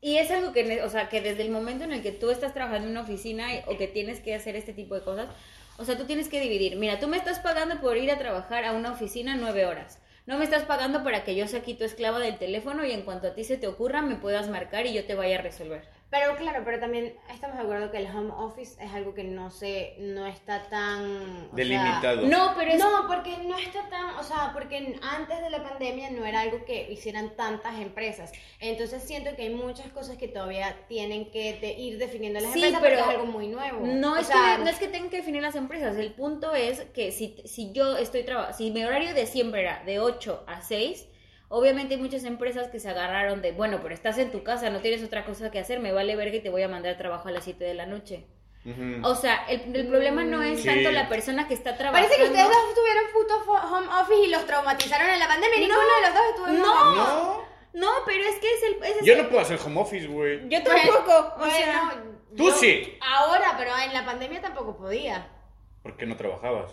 Speaker 1: Y es algo que, ne- o sea, que desde el momento en el que tú estás trabajando en una oficina y- o que tienes que hacer este tipo de cosas, o sea, tú tienes que dividir. Mira, tú me estás pagando por ir a trabajar a una oficina nueve horas. No me estás pagando para que yo sea aquí tu esclava del teléfono y en cuanto a ti se te ocurra me puedas marcar y yo te vaya a resolver.
Speaker 2: Pero claro, pero también estamos de acuerdo que el home office es algo que no se, no está tan... o sea,
Speaker 4: Delimitado.
Speaker 1: No, pero es...
Speaker 2: No, porque no está tan, o sea, porque antes de la pandemia no era algo que hicieran tantas empresas. Entonces siento que hay muchas cosas que todavía tienen que de- ir definiendo las
Speaker 1: Sí,
Speaker 2: empresas, pero
Speaker 1: pero
Speaker 2: es algo muy nuevo.
Speaker 1: No
Speaker 2: O
Speaker 1: es,
Speaker 2: sea,
Speaker 1: que, no es que tengan que definir las empresas, el punto es que si, si yo estoy trabajando, si mi horario de siempre era de 8 a 6, obviamente hay muchas empresas que se agarraron de, bueno, pero estás en tu casa, no tienes otra cosa que hacer, me vale verga y te voy a mandar trabajo a las 7 de la noche.
Speaker 4: Ujú.
Speaker 1: O sea, el, el problema no es
Speaker 4: Mm, Sí.
Speaker 1: tanto la persona que está trabajando.
Speaker 2: Parece que ustedes dos tuvieron puto fo- home office y los traumatizaron en la pandemia.
Speaker 1: No.
Speaker 2: y Ninguno de los dos estuvo en
Speaker 1: No.
Speaker 2: home office.
Speaker 4: No,
Speaker 1: No, pero es que es el... es
Speaker 4: yo
Speaker 1: el-
Speaker 4: no puedo hacer home office, güey.
Speaker 1: Yo
Speaker 2: Bueno,
Speaker 1: tampoco, o
Speaker 2: bueno,
Speaker 1: sea...
Speaker 4: Tú sí.
Speaker 2: Ahora, pero en la pandemia tampoco podía.
Speaker 4: ¿Por qué no trabajabas?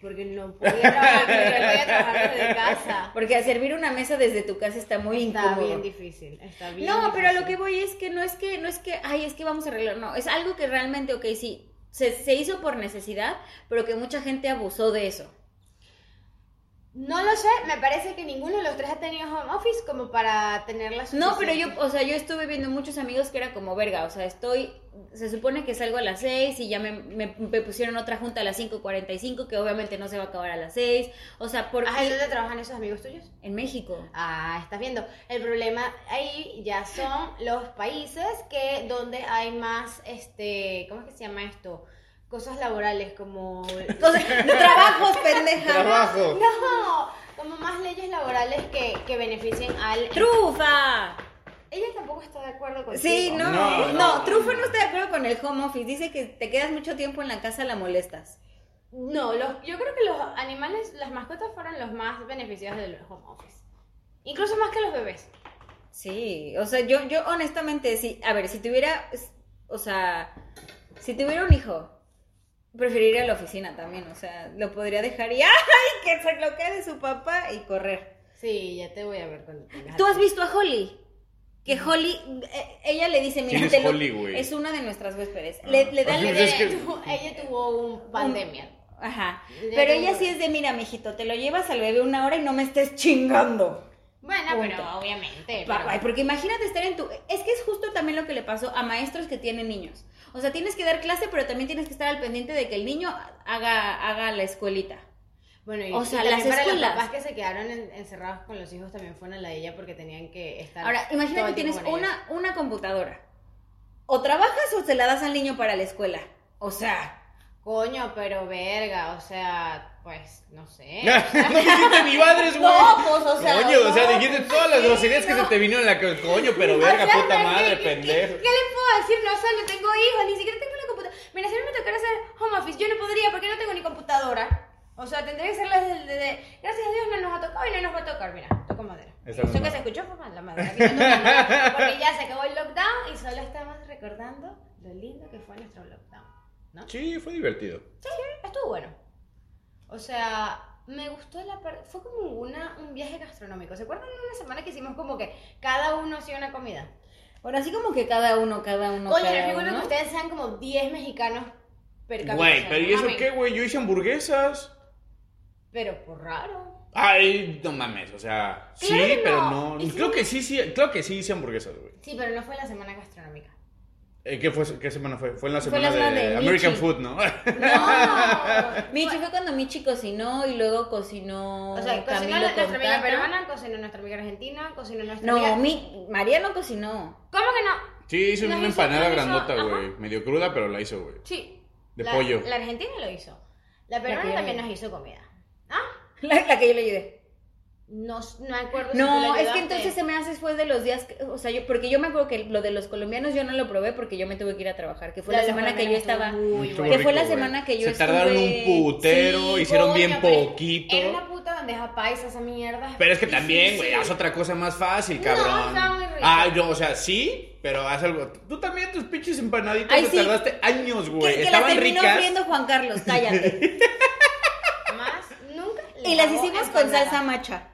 Speaker 2: Porque no podía trabajar, porque no podía trabajar
Speaker 1: <laughs>
Speaker 2: desde casa.
Speaker 1: Porque servir una mesa desde tu casa está muy
Speaker 2: Está
Speaker 1: incómodo.
Speaker 2: bien difícil, está bien
Speaker 1: No, pero a lo que
Speaker 2: difícil.
Speaker 1: voy es que no es que, no es que, ay, es que vamos a arreglar, no, es algo que realmente, ok, sí, se, se hizo por necesidad, pero que mucha gente abusó de eso.
Speaker 2: No lo sé, me parece que ninguno de los tres ha tenido home office como para tener la
Speaker 1: No, pero
Speaker 2: suficiente.
Speaker 1: yo, o sea, yo estuve viendo muchos amigos que era como verga, o sea, estoy, se supone que salgo a las 6 y ya me, me- me pusieron otra junta a las 5.45 que obviamente no se va a acabar a las 6, o sea, porque
Speaker 2: Ah, ¿y dónde trabajan esos amigos tuyos?
Speaker 1: en México.
Speaker 2: Ah, estás viendo. El problema ahí ya son los países que donde hay más, este, ¿cómo es que se llama esto? Cosas laborales
Speaker 1: <laughs>
Speaker 2: como...
Speaker 1: O sea, de trabajos, pendeja.
Speaker 4: Trabajo.
Speaker 2: No, como más leyes laborales que, que beneficien al...
Speaker 1: ¡Trufa!
Speaker 2: Ella tampoco está de acuerdo contigo.
Speaker 1: Pues Sí, no, no,
Speaker 4: No, no.
Speaker 1: Trufa no está de acuerdo con el home office, dice que te quedas mucho tiempo en la casa, la molestas.
Speaker 2: No, los- yo creo que los animales, las mascotas fueron los más beneficiados del home office. Incluso más que los bebés.
Speaker 1: Sí, o sea, yo, yo honestamente, sí, a ver, si tuviera, s- o sea, si tuviera un hijo, preferiría la oficina también, o sea, lo podría dejar y <laughs> ¡ay! que se lo quede su papá y correr.
Speaker 2: Sí, ya te voy a ver cuando tengas.
Speaker 1: ¿Tú has visto a Holly? Que Holly, eh, ella le dice, mira,
Speaker 4: ¿Quién es
Speaker 1: te lo-
Speaker 4: Holly, güey?
Speaker 1: es una de nuestras huéspedes. Le, le dan,
Speaker 4: Pues
Speaker 2: Ella,
Speaker 4: es que-
Speaker 2: tuvo, ella tuvo un pandemia.
Speaker 1: ajá,
Speaker 2: Le
Speaker 1: pero
Speaker 2: dan-
Speaker 1: ella sí es de, mira, mijito, te lo llevas al bebé una hora y no me estés chingando.
Speaker 2: Bueno,
Speaker 1: Punto.
Speaker 2: pero obviamente.
Speaker 1: Pa-
Speaker 2: Eh, pero-
Speaker 1: ay, porque imagínate estar en tu... Es que es justo también lo que le pasó a maestros que tienen niños. O sea, tienes que dar clase, pero también tienes que estar al pendiente de que el niño haga, haga la escuelita.
Speaker 2: Bueno, y,
Speaker 1: o
Speaker 2: y
Speaker 1: sea,
Speaker 2: también
Speaker 1: las
Speaker 2: para
Speaker 1: escuelas.
Speaker 2: los papás que se quedaron en- encerrados con los hijos también fue una ladilla porque tenían que estar.
Speaker 1: Ahora,
Speaker 2: todo
Speaker 1: imagínate
Speaker 2: el
Speaker 1: que tienes
Speaker 2: tiempo con ellos.
Speaker 1: una, una computadora. O trabajas o se la das al niño para la escuela. O sea,
Speaker 2: Coño, pero verga, o sea, pues, no
Speaker 4: <laughs>
Speaker 2: sé.
Speaker 4: <laughs> no dijiste ni madres, güey.
Speaker 1: No, pues, o sea,
Speaker 4: Coño, o sea,
Speaker 1: no,
Speaker 4: dijiste todas las
Speaker 2: sí,
Speaker 4: groserías que
Speaker 2: no.
Speaker 4: se te vinieron en la cabeza. Coño, pero
Speaker 2: O
Speaker 4: verga,
Speaker 2: sea,
Speaker 4: puta
Speaker 2: ¿qué-
Speaker 4: madre,
Speaker 2: qué-
Speaker 4: pendejo.
Speaker 2: ¿qué, qué le puedo decir? No, o sea, no tengo hijos, ni siquiera tengo la computadora. Mira, si a mí me tocara hacer home office, yo no podría porque no tengo ni computadora. O sea, tendría que hacerlo desde... desde- Gracias a Dios no nos ha tocado y no nos va a tocar. Mira, toco madera.
Speaker 4: Esa
Speaker 2: Esto que
Speaker 4: mamá.
Speaker 2: se escuchó fue mal, la madera. que no nos mandó, Porque ya se acabó el lockdown y solo estamos recordando lo lindo que fue nuestro lockdown. ¿No?
Speaker 4: Sí, fue divertido.
Speaker 2: Estuvo bueno. O sea, me gustó la parte... Fue como una, un viaje gastronómico. ¿Se acuerdan de una semana que hicimos como que cada uno hacía una comida?
Speaker 1: ahora así como que cada uno, cada uno,
Speaker 2: Coño,
Speaker 1: cada
Speaker 2: les juro
Speaker 1: uno.
Speaker 2: que ustedes sean como 10 mexicanos per cápita. o
Speaker 4: Güey,
Speaker 2: sea,
Speaker 4: pero
Speaker 2: no
Speaker 4: ¿y eso
Speaker 2: mamen.
Speaker 4: qué, güey? Yo hice hamburguesas.
Speaker 2: Pero por raro.
Speaker 4: Ay, no mames, o sea, sí,
Speaker 2: Claro que
Speaker 4: pero
Speaker 2: no.
Speaker 4: no.
Speaker 2: Hicimos-
Speaker 4: Creo que sí, sí, creo que sí hice hamburguesas, güey.
Speaker 2: Sí, pero no fue la
Speaker 1: <laughs>
Speaker 2: semana gastronómica.
Speaker 4: Eh, ¿Qué, fue, ¿Qué semana fue? Fue en la
Speaker 1: Fue
Speaker 4: semana
Speaker 1: la semana
Speaker 4: de,
Speaker 1: de
Speaker 4: American
Speaker 1: Michi.
Speaker 4: Food, ¿no? <laughs>
Speaker 2: No.
Speaker 1: Michi fue cuando Michi cocinó y luego cocinó
Speaker 2: O sea, cocinó
Speaker 1: Camilo
Speaker 2: nuestra
Speaker 1: con
Speaker 2: amiga
Speaker 1: Tata.
Speaker 2: peruana, cocinó nuestra amiga argentina, cocinó nuestra amiga...
Speaker 1: No, mi, María no cocinó. <laughs>
Speaker 2: ¿Cómo que no?
Speaker 4: Sí, hice
Speaker 2: Nos
Speaker 4: una
Speaker 2: hizo- nos
Speaker 4: empanada
Speaker 2: hizo-
Speaker 4: grandota,
Speaker 2: ajá.
Speaker 4: güey. Medio cruda, pero la hizo, güey.
Speaker 2: Sí.
Speaker 4: De
Speaker 2: La-
Speaker 4: pollo.
Speaker 2: La argentina lo hizo. La
Speaker 1: que
Speaker 2: peruana
Speaker 1: yo
Speaker 2: también
Speaker 1: vi.
Speaker 2: nos hizo comida. ¿Ah?
Speaker 1: La, la que yo le ayudé.
Speaker 2: No, s- no me acuerdo si tú
Speaker 1: No,
Speaker 2: le
Speaker 1: es que
Speaker 2: ayudaste.
Speaker 1: entonces se me hace fue de los días, que- o sea, yo, porque yo me acuerdo que lo de los colombianos yo no lo probé porque yo me tuve que ir a trabajar, que fue la,
Speaker 2: de los
Speaker 1: semana que yo
Speaker 2: colombianos
Speaker 1: estaba,
Speaker 2: estuvo muy
Speaker 4: Estuvo
Speaker 2: buena.
Speaker 1: que fue la
Speaker 4: rico, güey.
Speaker 1: semana que yo
Speaker 4: Se tardaron un
Speaker 1: estuve-
Speaker 4: putero,
Speaker 1: Sí,
Speaker 4: hicieron
Speaker 2: Coño,
Speaker 4: bien
Speaker 2: pero
Speaker 4: poquito.
Speaker 2: Era una puta bandeja paisa esa mierda.
Speaker 4: Pero es que también, güey,
Speaker 2: Difícil.
Speaker 4: haz otra cosa más fácil,
Speaker 2: No,
Speaker 4: cabrón.
Speaker 2: está muy rico.
Speaker 4: Ay, no, o sea, sí, pero haz algo. Tú también tus pinches empanaditas
Speaker 1: Ay,
Speaker 4: te
Speaker 1: sí.
Speaker 4: tardaste años,
Speaker 1: Que-
Speaker 4: güey.
Speaker 1: que, las
Speaker 4: Estaban
Speaker 1: terminó
Speaker 4: ricas.
Speaker 1: friendo Juan Carlos,
Speaker 4: <laughs>
Speaker 1: cállate.
Speaker 2: Más nunca. le
Speaker 1: y las
Speaker 2: hago
Speaker 1: hicimos con
Speaker 2: empanada.
Speaker 1: salsa macha.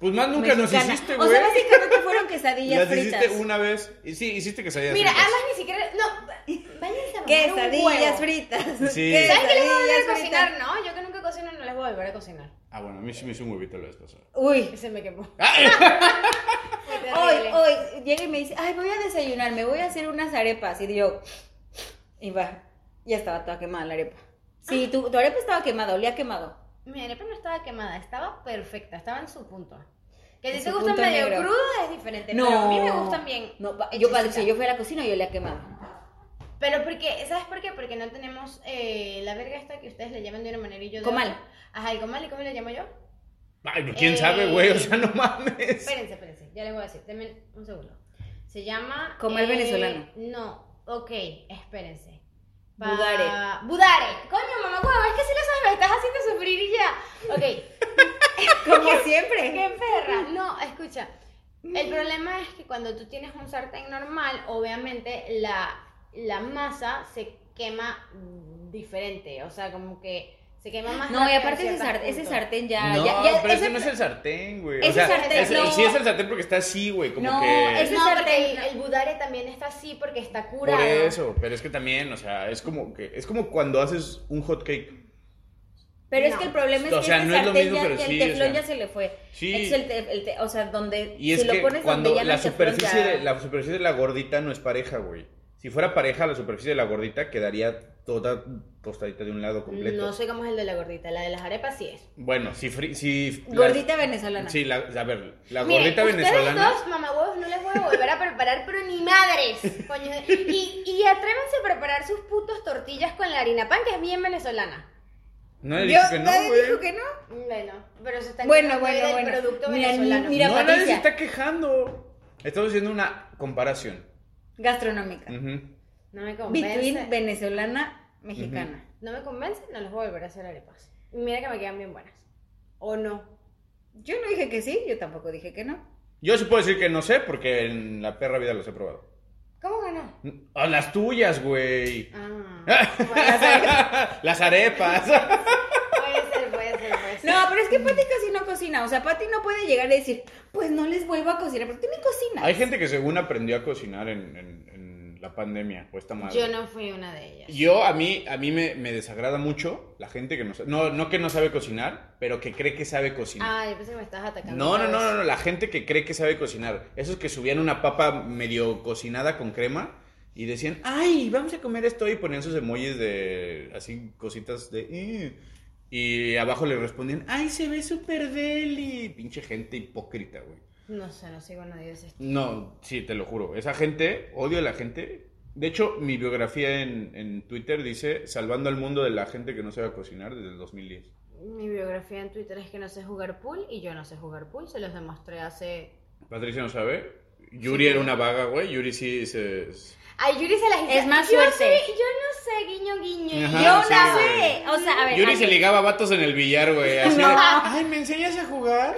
Speaker 4: Pues más nunca
Speaker 1: mexicana.
Speaker 4: nos hiciste,
Speaker 1: O
Speaker 4: güey.
Speaker 1: sea, básicamente fueron quesadillas
Speaker 4: Las
Speaker 1: fritas.
Speaker 4: hiciste una vez. Y sí, hiciste quesadillas
Speaker 2: Mira,
Speaker 4: fritas.
Speaker 2: además ni siquiera. No, váyanse a mamar un huevo.
Speaker 1: Quesadillas fritas.
Speaker 4: Sí.
Speaker 2: ¿Sabes qué les voy a volver a
Speaker 1: quesadillas
Speaker 2: cocinar?
Speaker 1: fritas.
Speaker 2: No, yo que nunca cocino no les voy a volver a cocinar.
Speaker 4: Ah, bueno, a mí sí me hizo un huevito la vez pasada.
Speaker 1: Uy,
Speaker 2: Se me quemó. <laughs>
Speaker 1: hoy,
Speaker 2: Terrible.
Speaker 1: hoy llega y me dice, ay, voy a desayunar, me voy a hacer unas arepas. Y yo, y va, ya estaba toda quemada la arepa. Sí,
Speaker 2: Ah.
Speaker 1: tu, tu arepa estaba quemada, olía quemado.
Speaker 2: Mi arepa no estaba quemada, estaba perfecta, estaba en su punto. Que
Speaker 1: En
Speaker 2: si te
Speaker 1: su
Speaker 2: gustan
Speaker 1: punto
Speaker 2: medio
Speaker 1: negro.
Speaker 2: crudas es diferente,
Speaker 1: No.
Speaker 2: pero a mí me gustan bien.
Speaker 1: No, pa- yo,
Speaker 2: hechecitas.
Speaker 1: padre, yo fui a la cocina y olía
Speaker 2: <laughs>
Speaker 1: quemado.
Speaker 2: Pero porque, ¿sabes por qué? Porque no tenemos eh, la verga esta que ustedes le llaman de una manera y yo de
Speaker 1: Comal.
Speaker 2: otra. Ajá, el comal, ¿y cómo le llamo yo?
Speaker 4: Ay, no, quién
Speaker 2: Eh.
Speaker 4: sabe, güey. O sea, no mames.
Speaker 2: Espérense, espérense, ya les voy a decir, denme un segundo. Se llama... eh,
Speaker 1: Comal venezolano.
Speaker 2: No, ok, espérense.
Speaker 1: Budare.
Speaker 2: Budare. Coño, mamá, huevo, es que si lo sabes, me estás haciendo sufrir y ya. Ok.
Speaker 1: <laughs> Como
Speaker 2: ¡Qué
Speaker 1: siempre.
Speaker 2: perra! No, escucha. El problema es que cuando tú tienes un sartén normal, obviamente la, la masa se quema mm, diferente. O sea, como que se quema más
Speaker 1: No, y
Speaker 2: rápido
Speaker 1: aparte
Speaker 2: en
Speaker 1: ese,
Speaker 2: ciertos
Speaker 1: sar- ese
Speaker 2: puntos.
Speaker 1: sartén ya...
Speaker 4: no,
Speaker 1: ya, ya-
Speaker 4: pero
Speaker 1: ese-
Speaker 4: ese no es el sartén, güey.
Speaker 1: ese
Speaker 4: o sea,
Speaker 1: sartén,
Speaker 4: es-
Speaker 1: no.
Speaker 4: sí es el sartén porque está así, güey. Como
Speaker 1: No,
Speaker 4: que.
Speaker 1: ese
Speaker 2: no,
Speaker 1: sartén,
Speaker 2: porque el,
Speaker 1: no.
Speaker 2: el budare también está así porque está curado.
Speaker 4: Por eso, pero es que también, o sea, es como que es como cuando haces un hot cake.
Speaker 1: Pero es
Speaker 2: No.
Speaker 1: que el problema es que
Speaker 4: O sea,
Speaker 1: este
Speaker 4: no es lo
Speaker 1: sartén
Speaker 4: mismo,
Speaker 1: ya,
Speaker 4: pero
Speaker 1: ya el
Speaker 4: sí, o
Speaker 1: teflón
Speaker 4: sea.
Speaker 1: ya se le fue.
Speaker 4: Sí.
Speaker 1: Es el te- el te- o sea, donde
Speaker 4: Y es
Speaker 1: si lo
Speaker 4: que
Speaker 1: pones
Speaker 4: cuando
Speaker 1: donde ya
Speaker 4: la
Speaker 1: no hay teflón,
Speaker 4: superficie
Speaker 1: ya-
Speaker 4: de, la superficie de la gordita no es pareja, güey. Si fuera pareja la superficie de la gordita quedaría toda tostadita de un lado completo.
Speaker 2: No sé cómo es el de la gordita, la de las arepas sí es.
Speaker 4: Bueno, si fri- si la-
Speaker 1: Gordita venezolana.
Speaker 4: Sí, la, a ver, la
Speaker 2: Miren,
Speaker 4: gordita venezolana.
Speaker 2: Ustedes dos, mamahuevos, no les voy a volver a preparar, pero ni madres.
Speaker 4: <laughs>
Speaker 2: Coño. Y, y atrévanse a preparar sus putos tortillas con la harina pan, que es bien venezolana.
Speaker 4: No le
Speaker 1: Yo-
Speaker 4: dijo que no,
Speaker 1: nadie
Speaker 4: güey.
Speaker 1: dijo que no.
Speaker 2: Bueno, pero se están
Speaker 1: Bueno,
Speaker 2: quejando
Speaker 1: bueno,
Speaker 2: del
Speaker 1: bueno.
Speaker 2: producto
Speaker 1: Mira, ni-
Speaker 2: venezolano.
Speaker 1: mira,
Speaker 4: no, nadie se
Speaker 1: Patricia.
Speaker 4: está quejando. Estamos haciendo una comparación.
Speaker 1: Gastronómica.
Speaker 4: Ujú.
Speaker 2: No me
Speaker 1: Between
Speaker 2: convence.
Speaker 1: venezolana, mexicana.
Speaker 2: No me convence, no les voy a volver a hacer arepas. Y Mira que me quedan bien buenas. O no.
Speaker 1: Yo no dije que sí, yo tampoco dije que no.
Speaker 4: Yo sí puedo decir que no sé porque en la perra vida los he probado.
Speaker 2: ¿Cómo que no?
Speaker 4: A las tuyas, güey. <laughs>
Speaker 2: Ah,
Speaker 4: Las arepas.
Speaker 2: puede ser, puede ser, puede ser.
Speaker 1: No, pero es que Pati casi no cocina. O sea, Pati no puede llegar y decir, pues no les vuelvo a cocinar, porque tú ni cocinas.
Speaker 4: Hay gente que según aprendió a cocinar en, en- en la pandemia o esta madre.
Speaker 2: Yo no fui una de ellas.
Speaker 4: Yo, a mí, a mí me, me desagrada mucho la gente que no sabe, no, no que no sabe cocinar, pero que cree que sabe cocinar.
Speaker 2: Ah, yo pensé que me estás atacando.
Speaker 4: no, no,
Speaker 2: otra
Speaker 4: no,
Speaker 2: vez.
Speaker 4: no, no, la gente que cree que sabe cocinar. Esos que subían una papa medio cocinada con crema y decían, ay, vamos a comer esto y ponían sus emojis de así cositas de... "Eh". Y abajo le respondían, ay, se ve súper deli. Pinche gente hipócrita, güey.
Speaker 2: No sé, no sigo a nadie de ese estilo.
Speaker 4: No, sí, te lo juro. Esa gente, odio a la gente. De hecho, mi biografía en, en Twitter dice Salvando al mundo de la gente que no sabe cocinar desde el 2010.
Speaker 2: Mi biografía en Twitter es que no sé jugar pool y yo no sé jugar pool. Se los demostré hace.
Speaker 4: Patricia no sabe. Yuri era una vaga, güey. Yuri sí se...
Speaker 2: Ay, Yuri se las hizo.
Speaker 1: Es más
Speaker 2: Yo
Speaker 1: suerte.
Speaker 2: sé- yo no sé, guiño, guiño.
Speaker 4: Ajá,
Speaker 1: yo
Speaker 4: sí,
Speaker 1: no
Speaker 4: güey.
Speaker 1: sé. O sea, a ver.
Speaker 4: Yuri
Speaker 1: a-
Speaker 4: se ligaba a vatos en el
Speaker 1: <laughs>
Speaker 4: billar, güey. Así de,
Speaker 1: No. Ah,
Speaker 4: Ay, ¿me enseñas a jugar?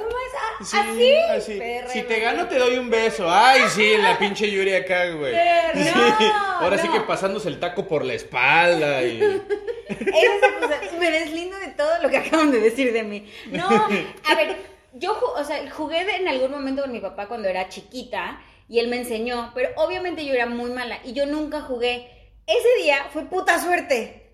Speaker 4: Sí,
Speaker 1: ¿Así?
Speaker 4: así.
Speaker 1: Perra,
Speaker 4: Si te
Speaker 1: güey.
Speaker 4: gano, te doy un beso. Ay, sí,
Speaker 1: <laughs>
Speaker 4: la pinche Yuri acá, güey.
Speaker 1: Perra,
Speaker 4: Sí.
Speaker 1: no,
Speaker 4: Ahora sí
Speaker 1: no.
Speaker 4: que pasándose el taco por la espalda y...
Speaker 1: Esa es la cosa. Me deslindo de todo lo que acaban de decir de mí. No, a ver, yo ju- o sea, jugué de- en algún momento con mi papá cuando era chiquita y él me enseñó, pero obviamente yo era muy mala y yo nunca jugué. Ese día fue puta suerte.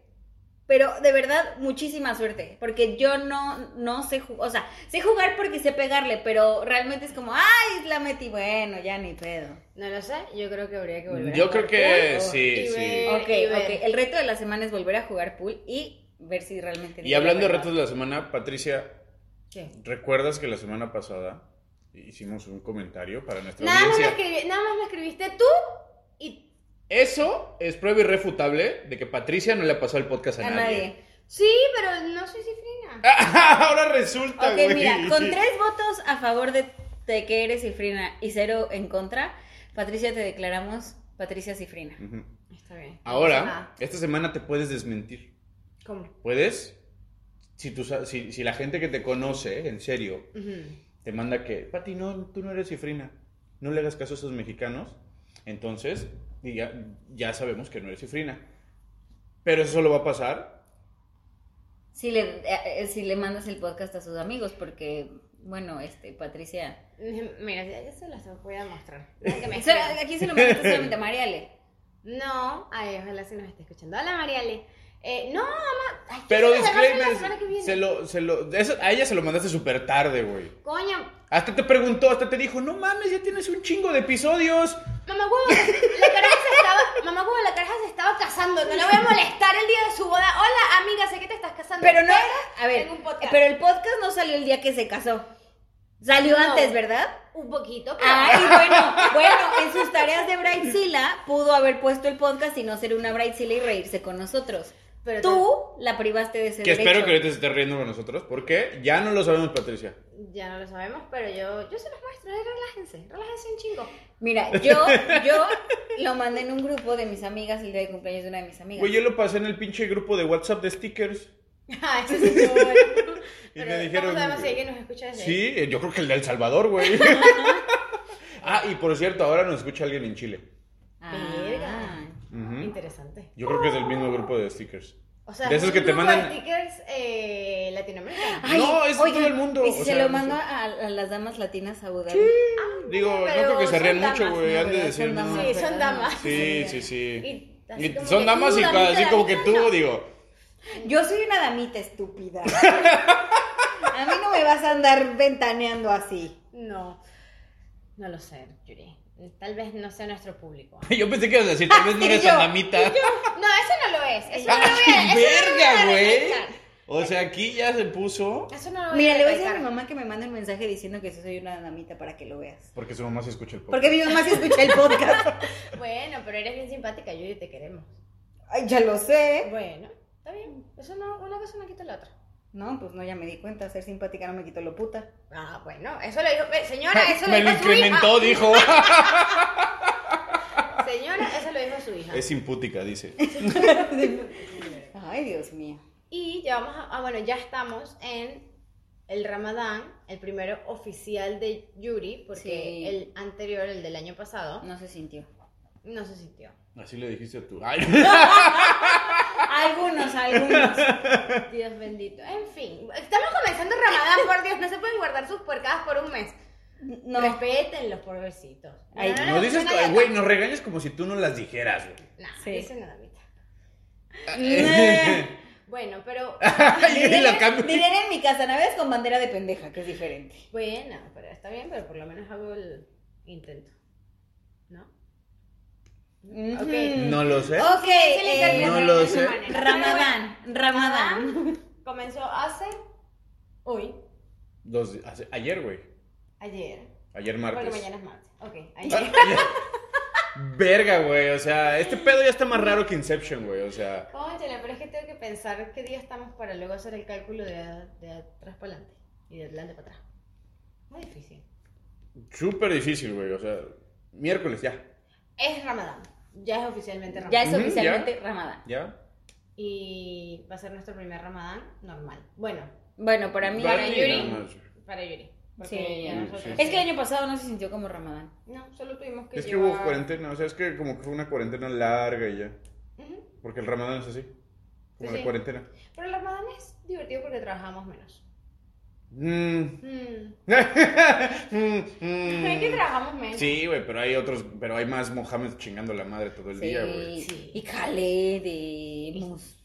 Speaker 1: Pero de verdad, muchísima suerte. Porque yo no, no sé jugar. O sea, sé jugar porque sé pegarle, pero realmente es como, ay, la metí. Bueno, ya ni pedo.
Speaker 2: No lo sé, yo creo que habría que volver. a
Speaker 4: Yo creo
Speaker 2: jugar
Speaker 4: que
Speaker 2: pool
Speaker 4: sí,
Speaker 2: y
Speaker 4: sí.
Speaker 2: ver-
Speaker 1: Ok,
Speaker 2: y ver.
Speaker 1: ok. El reto de la semana es volver a jugar pool y ver si realmente.
Speaker 4: Y hablando de retos de la semana, Patricia,
Speaker 2: ¿Qué?
Speaker 4: ¿recuerdas que la semana pasada hicimos un comentario para nuestra
Speaker 2: Nada más, me
Speaker 4: audiencia?
Speaker 2: escribi- nada más me escribiste tú y
Speaker 4: Eso es prueba irrefutable de que Patricia no le pasó el podcast a,
Speaker 1: A nadie.
Speaker 2: sí, pero no soy cifrina.
Speaker 4: <laughs> Ahora resulta,
Speaker 1: Ok,
Speaker 4: güey.
Speaker 1: mira, con tres votos a favor de, de que eres Cifrina y cero en contra, Patricia te declaramos Patricia Cifrina.
Speaker 4: Ujú.
Speaker 2: Está bien. no pasa
Speaker 4: Ahora,
Speaker 2: nada.
Speaker 4: esta semana te puedes desmentir.
Speaker 2: ¿Cómo?
Speaker 4: ¿Puedes? Si, tú, sa- si, si la gente que te conoce, en serio,
Speaker 2: Ujú.
Speaker 4: te manda que, Pati, no, tú no eres cifrina, no le hagas caso a esos mexicanos, entonces diga, ya sabemos que no eres cifrina. Pero eso solo va a pasar
Speaker 1: si le, eh, eh, si le mandas el podcast a sus amigos, porque, bueno, este, Patricia.
Speaker 2: Mira, ya, ya se las voy a mostrar.
Speaker 1: <laughs>
Speaker 2: Deja que me
Speaker 1: Solo-
Speaker 2: escriban.
Speaker 1: aquí se lo mandas solamente a
Speaker 2: <laughs>
Speaker 1: Mariale.
Speaker 2: No, ay, ojalá se nos esté escuchando. Hola, Mariale. Eh, no, mamá. Ay, ¿qué
Speaker 4: Pero
Speaker 2: se nos va a hacer la
Speaker 4: disclaimer,
Speaker 2: semana que viene?
Speaker 4: se lo, se lo, eso- a ella se lo mandaste súper tarde, güey.
Speaker 2: Coño,
Speaker 4: Hasta te preguntó, hasta te dijo, no mames, ya tienes un chingo de episodios.
Speaker 2: Mamá huevo, la caraja se estaba, mamá huevo, la caraja se estaba casando. No la voy a molestar el día de su boda. Hola, amiga, sé que te estás casando.
Speaker 1: Pero no, a ver,
Speaker 2: tengo un podcast.
Speaker 1: pero el podcast no salió el día que se casó. Salió
Speaker 2: No.
Speaker 1: antes, ¿verdad?
Speaker 2: un poquito, pero
Speaker 1: Ay, bueno, bueno, en sus tareas de Bridezilla pudo haber puesto el podcast y no ser una Bridezilla y reírse con nosotros.
Speaker 2: Pero
Speaker 1: Tú la privaste de ese
Speaker 4: Que espero
Speaker 1: derecho.
Speaker 4: que ahorita se esté riendo con nosotros, porque ya no lo sabemos, Patricia.
Speaker 2: ya no lo sabemos, pero yo yo se los muestro, eh, relájense, relájense
Speaker 1: <laughs>
Speaker 2: un chingo.
Speaker 1: Mira, yo, yo lo mandé en un grupo de mis amigas el día de cumpleaños de una de mis amigas.
Speaker 4: Güey, yo lo pasé en el pinche grupo de WhatsApp de stickers.
Speaker 2: Ah, eso sí estuvo <laughs> bueno.
Speaker 4: Y
Speaker 2: Pero
Speaker 4: me dijeron-
Speaker 2: ¿cómo sabemos si alguien nos escucha desde ahí?
Speaker 4: Sí, eh, yo creo que el de El
Speaker 2: <laughs>
Speaker 4: Salvador, güey. ah, y por cierto, ahora nos escucha alguien en Chile.
Speaker 1: Ah.
Speaker 4: Ujú.
Speaker 2: Interesante.
Speaker 4: Yo creo que es del mismo grupo de stickers.
Speaker 2: O sea,
Speaker 4: De esos
Speaker 2: es un
Speaker 4: que te
Speaker 2: grupo
Speaker 4: mandan-
Speaker 2: de stickers eh, latinoamericanos.
Speaker 1: <laughs> Ay,
Speaker 4: No, es de
Speaker 1: oigan,
Speaker 4: todo el mundo,
Speaker 1: Y si se
Speaker 4: o sea,
Speaker 1: lo
Speaker 4: no
Speaker 1: mando
Speaker 4: sé.
Speaker 1: a, a las damas latinas a Budapest.
Speaker 4: Digo, no
Speaker 2: pero
Speaker 4: creo que se
Speaker 2: son
Speaker 4: rían
Speaker 2: damas,
Speaker 4: mucho, güey.
Speaker 1: ¿no?
Speaker 4: Han de
Speaker 1: ¿Verdad?
Speaker 4: decir,
Speaker 1: Son
Speaker 4: no.
Speaker 1: damas.
Speaker 2: Sí, son damas.
Speaker 4: Sí, sí, sí.
Speaker 2: Y así
Speaker 4: Y
Speaker 2: como
Speaker 4: son
Speaker 2: que,
Speaker 4: damas
Speaker 2: "Uh,
Speaker 4: y
Speaker 2: damita,
Speaker 4: así como que
Speaker 2: damita".
Speaker 4: tú, digo.
Speaker 1: Yo soy una damita estúpida. A mí no me vas a andar ventaneando así.
Speaker 2: No, no lo sé, Yuri. Tal vez no sea nuestro público.
Speaker 4: <laughs> Yo pensé que ibas a decir, tal vez no eres
Speaker 1: Y yo,
Speaker 4: tan damita. <laughs>
Speaker 2: No, eso no lo es. Eso no lo
Speaker 4: ¡Ah,
Speaker 2: voy a,
Speaker 4: qué
Speaker 2: eso no lo voy
Speaker 4: verga,
Speaker 2: a
Speaker 4: güey!
Speaker 2: recalcar.
Speaker 4: O sea, aquí ya se puso.
Speaker 2: Eso no lo voy
Speaker 1: Mira, le voy a decir
Speaker 2: recalcar.
Speaker 1: a mi mamá que me mande un mensaje diciendo que sí soy una damita para que lo veas.
Speaker 4: Porque su mamá se escucha el podcast.
Speaker 1: Porque mi mamá se escucha el podcast.
Speaker 2: Bueno, pero eres bien simpática, Yuri, te queremos.
Speaker 1: Ay, ya lo sé.
Speaker 2: Bueno, está bien. Eso no, una cosa no quita la otra.
Speaker 1: No, pues no, ya me di cuenta. Ser simpática no me quitó lo puta.
Speaker 2: Ah, bueno, eso lo dijo. eh, Señora, eso lo
Speaker 4: Me lo
Speaker 2: dijo su
Speaker 4: incrementó,
Speaker 2: hija.
Speaker 4: dijo.
Speaker 2: Señora, eso lo dijo su hija.
Speaker 4: Es impútica, dice.
Speaker 1: <laughs> Ay, Dios mío.
Speaker 2: Y ya vamos a. Ah, bueno, ya estamos en el Ramadán, el primero oficial de Yuri, porque
Speaker 1: Sí.
Speaker 2: el anterior, el del año pasado,
Speaker 1: No se sintió.
Speaker 2: no se sintió.
Speaker 4: Así le dijiste a tu. Ay.
Speaker 1: Algunos, algunos.
Speaker 2: Dios bendito. ¿eh? En fin, estamos comenzando el Ramadán, por Dios, no se pueden guardar sus puercadas por un mes.
Speaker 1: No.
Speaker 4: <laughs>
Speaker 2: Respétenlos, pobrecitos.
Speaker 1: Ay,
Speaker 2: no,
Speaker 4: <laughs> No dices,
Speaker 2: no, no, no,
Speaker 4: güey, nos regañas como si tú no las dijeras, güey.
Speaker 2: no,
Speaker 1: Sí.
Speaker 2: dicen nada, mita.
Speaker 1: Nah.
Speaker 2: Bueno, pero.
Speaker 4: Ah. <laughs> Y la
Speaker 1: Dirían,
Speaker 4: cambio.
Speaker 1: dirían en mi casa, naves con bandera de pendeja, que es diferente.
Speaker 2: bueno, pero está bien, pero por lo menos hago el intento. ¿No?
Speaker 1: Ujú.
Speaker 4: No lo sé.
Speaker 1: Ok,
Speaker 2: Sí, sí,
Speaker 1: eh,
Speaker 2: interpreté
Speaker 4: no lo
Speaker 2: de esa
Speaker 4: sé.
Speaker 2: manera.
Speaker 1: Ramadán,
Speaker 2: Ramadán
Speaker 1: Ramadán.
Speaker 2: comenzó hace. Hoy,
Speaker 4: Dos di- hace- ayer, güey.
Speaker 2: ayer. Porque
Speaker 4: Ayer martes.
Speaker 2: mañana es martes. Ok,
Speaker 4: Ah,
Speaker 2: ayer.
Speaker 4: ayer. <laughs> Verga, güey. O sea, este pedo ya está más raro que Inception, güey. O sea,
Speaker 2: Cónchale, pero es que tengo que pensar qué día estamos para luego hacer el cálculo de, de atrás para adelante y de adelante para atrás. Muy difícil.
Speaker 4: súper difícil, güey. O sea, miércoles ya.
Speaker 2: Es Ramadán. Ya es oficialmente
Speaker 1: Ah. Ya
Speaker 2: Ramadán.
Speaker 1: es
Speaker 4: Ujú,
Speaker 1: oficialmente Ramadán.
Speaker 4: ¿Ya?
Speaker 2: Y va a ser nuestro primer Ramadán normal. Bueno,
Speaker 1: Bueno, para mí.
Speaker 4: Para
Speaker 2: mí,
Speaker 1: Yuri-
Speaker 2: Ramadán.
Speaker 4: nada más.
Speaker 2: para Yuri. porque
Speaker 1: Sí,
Speaker 2: ya
Speaker 1: sí,
Speaker 2: nosotros-
Speaker 4: Mm, sí.
Speaker 1: Es que el año pasado no se sintió como Ramadán.
Speaker 2: No, solo tuvimos que
Speaker 4: Es que
Speaker 2: llevar...
Speaker 4: hubo cuarentena. O sea, es que como que fue una cuarentena larga y ya.
Speaker 2: Ujú.
Speaker 4: Porque el ramadán es así. Como
Speaker 2: Sí,
Speaker 4: la
Speaker 2: sí.
Speaker 4: cuarentena.
Speaker 2: Pero el Ramadán es divertido porque trabajamos menos.
Speaker 4: Mm. <laughs>
Speaker 2: Mm.
Speaker 4: Mm, mm.
Speaker 2: Es que trabajamos menos.
Speaker 4: Sí, güey, pero hay otros, pero hay más Mohamed chingando la madre todo el
Speaker 1: Sí.
Speaker 4: día, güey.
Speaker 2: Sí.
Speaker 1: Y Calé de Mus.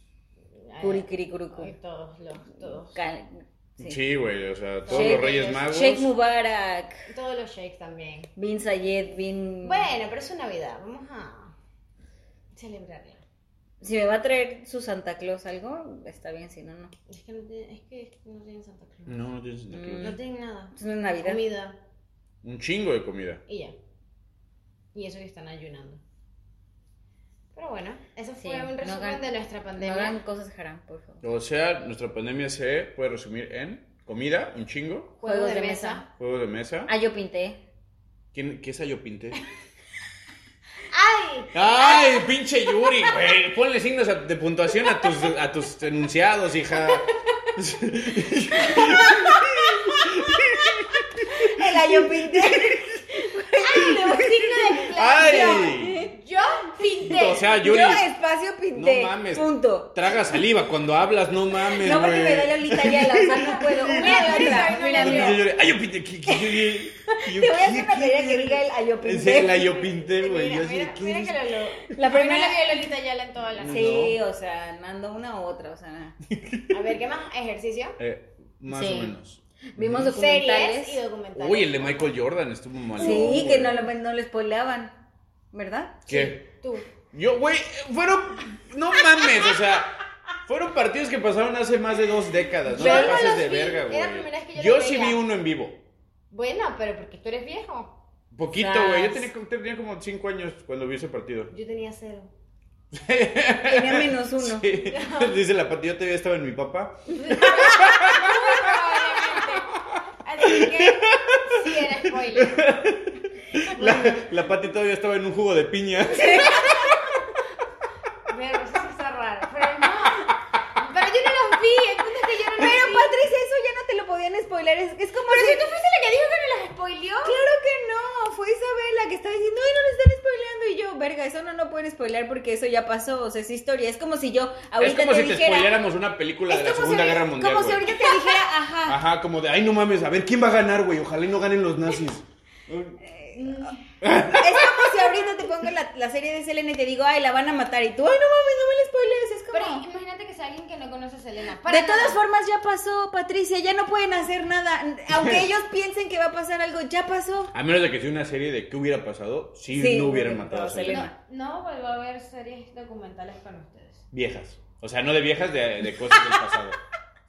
Speaker 2: Ay,
Speaker 1: Curicuricurucu.
Speaker 2: ay, Todos los, todos.
Speaker 1: Cal- sí.
Speaker 4: Sí, güey, o sea, todos
Speaker 1: Sheikh-
Speaker 4: los Reyes Magos.
Speaker 1: Sheikh Mubarak,
Speaker 2: Todos los shakes también.
Speaker 1: Bin Sayed, Bin.
Speaker 2: Bueno, pero es su Navidad, vamos a celebrarla.
Speaker 1: Si me va a traer su Santa Claus algo, está bien, si no, no.
Speaker 2: Es que no, tiene- es que no tienen Santa Claus.
Speaker 4: No, no tienes Santa Claus.
Speaker 2: No tienen nada.
Speaker 1: Es una Navidad.
Speaker 2: Comida
Speaker 1: Mm.
Speaker 4: Un chingo de comida.
Speaker 2: y ya. Y eso que están ayunando. Pero bueno, eso
Speaker 1: Sí,
Speaker 2: fue un
Speaker 1: no
Speaker 2: resumen
Speaker 1: hagan-
Speaker 2: de nuestra
Speaker 1: No
Speaker 2: pandemia.
Speaker 1: hagan cosas haram, por favor.
Speaker 4: O sea, nuestra pandemia se puede resumir en comida, un chingo,
Speaker 2: Juegos de, mesa.
Speaker 4: juego de mesa.
Speaker 1: Ah, yo pinté.
Speaker 4: ¿Quién, ¿Qué esa yo
Speaker 1: <laughs>
Speaker 4: pinté?
Speaker 2: ¡Ay!
Speaker 4: ¡Ay, pinche Yuri, güey! Ponle signos a- de puntuación a tus, a tus enunciados,
Speaker 1: <laughs>
Speaker 4: hija.
Speaker 1: El ayo pinté.
Speaker 2: <laughs> ¡Ay! Le voy a decir que de-
Speaker 4: ¡Ay!
Speaker 2: Yo pinté.
Speaker 4: Ah. O sea, Yuri,
Speaker 1: Yo espacio pinté.
Speaker 4: Ah, no mames.
Speaker 1: Punto.
Speaker 4: traga saliva cuando hablas, no mames,
Speaker 1: No porque me
Speaker 4: güey.
Speaker 1: da Lolita Ayala, o sea, no
Speaker 4: <laughs>
Speaker 1: puedo. Una
Speaker 2: Mira,
Speaker 1: de otra.
Speaker 2: Yuri,
Speaker 1: Mira,
Speaker 2: soy
Speaker 1: mira.
Speaker 4: Yo lloré, ay, yo pinté, ¿qué, qué, qué, qué,
Speaker 1: Te voy a
Speaker 4: qué,
Speaker 1: hacer una
Speaker 4: qué,
Speaker 1: teoría que
Speaker 4: qué?
Speaker 1: diga el "Ah, ayopinté.
Speaker 4: Sí, el ayopinté, güey.
Speaker 2: Mira,
Speaker 4: Yo así de,
Speaker 2: mira,
Speaker 4: ¿qué
Speaker 2: mira
Speaker 4: es?
Speaker 2: que lo logró.
Speaker 1: La
Speaker 2: Primero
Speaker 1: primera-
Speaker 2: la vi a Lolita Ayala en toda la
Speaker 1: Sí, o sea, mando una u otra, o sea.
Speaker 2: A ver, ¿qué más? ¿Ejercicio?
Speaker 4: Eh, más
Speaker 1: Sí.
Speaker 4: o menos.
Speaker 1: Vimos documentales.
Speaker 2: Series y documentales.
Speaker 4: Uy, el de Michael Jordan estuvo mal.
Speaker 1: Sí, que no lo, no lo spoileaban,
Speaker 4: <laughs>
Speaker 1: ¿verdad?
Speaker 4: ¿Qué?
Speaker 2: Tú.
Speaker 4: Yo, güey, fueron. No mames, o sea. Fueron partidos que pasaron hace más de dos décadas. No
Speaker 2: Yo
Speaker 4: te
Speaker 2: no
Speaker 4: pases
Speaker 2: los
Speaker 4: de
Speaker 2: vi,
Speaker 4: verga,
Speaker 2: era la primera vez que
Speaker 4: güey.
Speaker 2: yo
Speaker 4: Yo
Speaker 2: los
Speaker 4: sí
Speaker 2: veía.
Speaker 4: vi uno en vivo.
Speaker 2: Bueno, pero porque tú eres viejo.
Speaker 4: Poquito,
Speaker 1: Sas.
Speaker 4: güey. Yo tenía, como- tenía como cinco años cuando vi ese partido.
Speaker 2: Yo
Speaker 1: <laughs>
Speaker 2: tenía cero.
Speaker 1: Tenía menos uno.
Speaker 4: Sí. <laughs> Dice la patilla, yo todavía estaba en mi papá.
Speaker 2: Probablemente. Así que sí era spoiler.
Speaker 4: La, la pati todavía estaba en un jugo de piña.
Speaker 2: Pero eso sí está raro. Pero no. Pero yo no los vi. El punto es que yo no los
Speaker 1: Pero
Speaker 2: vi.
Speaker 1: Patricia, eso ya no te lo podían spoiler. Es, es como
Speaker 2: Pero
Speaker 1: si-
Speaker 2: si tú fuiste la que dijo que no los spoileó.
Speaker 1: Claro que no, fue Isabel la que estaba diciendo, ay, no lo están spoileando. Y yo, verga, eso no, no pueden spoilear porque eso ya pasó, o sea, es historia. Es como si yo
Speaker 4: Es
Speaker 1: ahorita
Speaker 4: como
Speaker 1: te
Speaker 4: si te
Speaker 1: dijera.
Speaker 4: spoileáramos una película de la
Speaker 1: es como
Speaker 4: Segunda
Speaker 1: si,
Speaker 4: Guerra Mundial.
Speaker 1: Como si
Speaker 4: güey.
Speaker 1: ahorita te dijera,
Speaker 4: <laughs>
Speaker 1: ajá.
Speaker 4: Ajá, como de, ay, no mames, a ver quién va a ganar, güey. Ojalá y no ganen los nazis.
Speaker 1: Es como si ahorita te pongo la, la serie de Selena y te digo, ay, la van a matar. Y tú, ay, no mames, no me la spoilees. Es
Speaker 2: Pero
Speaker 1: como.
Speaker 2: imagínate que sea alguien que no conoce a Selena.
Speaker 1: de todas formas, ya pasó, Patricia, ya no pueden hacer nada.
Speaker 4: <laughs>
Speaker 1: Aunque ellos piensen que va a pasar algo, ya pasó.
Speaker 4: A menos de que sea una serie de qué hubiera pasado si
Speaker 1: Sí,
Speaker 4: no hubieran
Speaker 1: hubiera
Speaker 4: matado a
Speaker 1: matado a
Speaker 4: Selena.
Speaker 1: Selena.
Speaker 2: No, no vuelvo a ver series documentales con ustedes.
Speaker 4: Viejas. O sea, no de viejas, de, de cosas del pasado.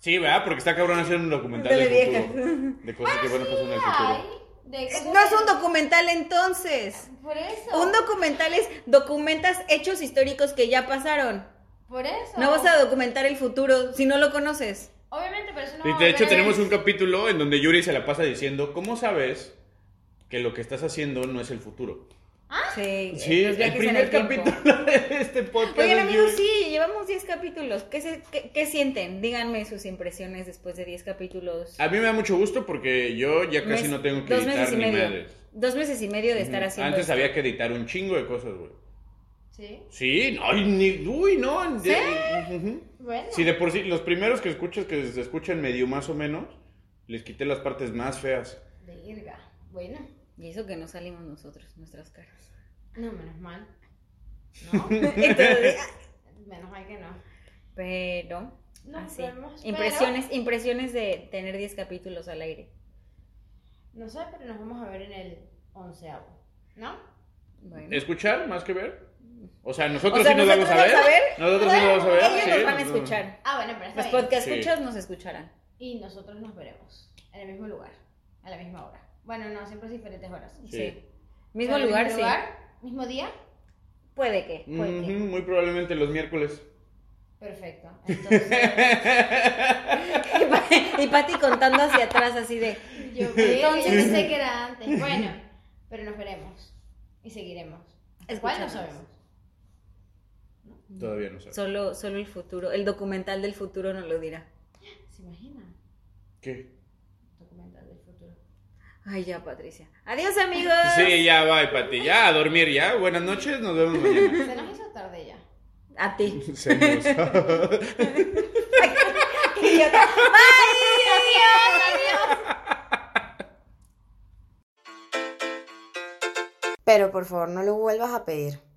Speaker 4: Sí, ¿verdad? Porque está cabrón hacer un documental
Speaker 1: De
Speaker 4: del
Speaker 1: viejas.
Speaker 4: futuro. De cosas que van a pasar en el
Speaker 2: Ay,
Speaker 4: futuro.
Speaker 2: de
Speaker 1: Eh,
Speaker 2: cosas
Speaker 1: No es un
Speaker 2: que-
Speaker 1: documental entonces.
Speaker 2: Por eso.
Speaker 1: Un documental es documentas hechos históricos que ya pasaron.
Speaker 2: Por eso.
Speaker 1: No vas a documentar el futuro si no lo conoces.
Speaker 2: Obviamente, pero eso no
Speaker 4: Y
Speaker 2: va a
Speaker 4: de hecho
Speaker 2: volver a
Speaker 4: tenemos
Speaker 2: ver.
Speaker 4: un capítulo en donde Yuri se la pasa diciendo, ¿cómo sabes que lo que estás haciendo no es el futuro?
Speaker 1: Sí,
Speaker 4: Sí,
Speaker 1: eh,
Speaker 4: es
Speaker 1: viajes en
Speaker 4: el primer
Speaker 1: tiempo.
Speaker 4: capítulo de este podcast.
Speaker 1: Oigan
Speaker 4: es
Speaker 1: amigos,
Speaker 4: Yuri.
Speaker 1: sí, llevamos 10 capítulos. ¿Qué, se- qué- qué sienten? Díganme sus impresiones después de 10 capítulos.
Speaker 4: A mí me da mucho gusto porque Ah, yo ya casi
Speaker 1: Mes-
Speaker 4: no tengo que
Speaker 1: dos
Speaker 4: editar
Speaker 1: meses y
Speaker 4: ni
Speaker 1: medio.
Speaker 4: madres.
Speaker 1: Dos meses y medio de estar
Speaker 4: Ujú.
Speaker 1: haciendo
Speaker 4: Antes
Speaker 1: esto.
Speaker 4: había que editar un chingo de cosas, güey.
Speaker 2: Sí.
Speaker 4: Sí, no, ay, ni, uy, no. de- ujú.
Speaker 2: Bueno.
Speaker 4: Sí, de por sí, los primeros que escuchas, que se escuchan medio más o menos, les quité las partes más feas.
Speaker 2: Verga. Bueno.
Speaker 1: Y eso que no salimos nosotros, nuestras caras. <laughs>
Speaker 2: No, menos mal. No.
Speaker 4: <laughs>
Speaker 1: Entonces,
Speaker 2: menos mal que no.
Speaker 1: pero,
Speaker 2: Nos
Speaker 1: así.
Speaker 2: vemos, pero-
Speaker 1: Impresiones, impresiones de tener 10 capítulos al aire.
Speaker 2: No sé, pero nos vamos a ver en el onceavo. ¿No?
Speaker 1: Bueno.
Speaker 4: ¿Escuchar más que ver? O sea, nosotros
Speaker 1: O sea,
Speaker 4: sí nos vamos a ver. Nosotros sí nos vamos a ver.
Speaker 1: Ellos
Speaker 4: sí,
Speaker 1: nos van a
Speaker 4: nosotros-
Speaker 1: escuchar.
Speaker 2: Ah, bueno, pero está
Speaker 1: Los
Speaker 2: bien.
Speaker 1: podcast escuchas
Speaker 4: Sí.
Speaker 1: nos escucharán.
Speaker 2: Y nosotros nos veremos en el mismo lugar, a la misma hora. Bueno, no, siempre es diferentes horas.
Speaker 1: Sí.
Speaker 4: Sí.
Speaker 1: Mismo
Speaker 2: Pero en
Speaker 1: lugar,
Speaker 2: el
Speaker 1: sí.
Speaker 2: sí. Mismo día.
Speaker 1: Puede que.
Speaker 4: Ujú,
Speaker 1: puede que.
Speaker 4: muy probablemente los miércoles.
Speaker 2: Perfecto. Entonces,
Speaker 1: <laughs> Y, Pa- y Pati contando hacia atrás así de...
Speaker 2: <laughs> yo entonces pensé que era antes. Bueno, pero nos veremos y seguiremos. ¿Cuál no
Speaker 1: Escuchándonos.
Speaker 2: sabemos?
Speaker 4: Todavía no sé.
Speaker 1: Solo, solo el futuro, el documental del futuro nos lo dirá.
Speaker 2: ¿Se imagina?
Speaker 4: ¿Qué?
Speaker 2: Documental del futuro.
Speaker 1: Ay, ya, Patricia. Adiós, amigos.
Speaker 4: Sí, ya va, Pati. Ya, a dormir ya. Buenas noches, nos vemos
Speaker 1: <laughs>
Speaker 4: mañana.
Speaker 2: Se nos hizo tarde ya.
Speaker 1: A ti.
Speaker 4: <laughs> Se nos-
Speaker 1: Qué idiota.
Speaker 5: Pero por favor no lo vuelvas a pedir.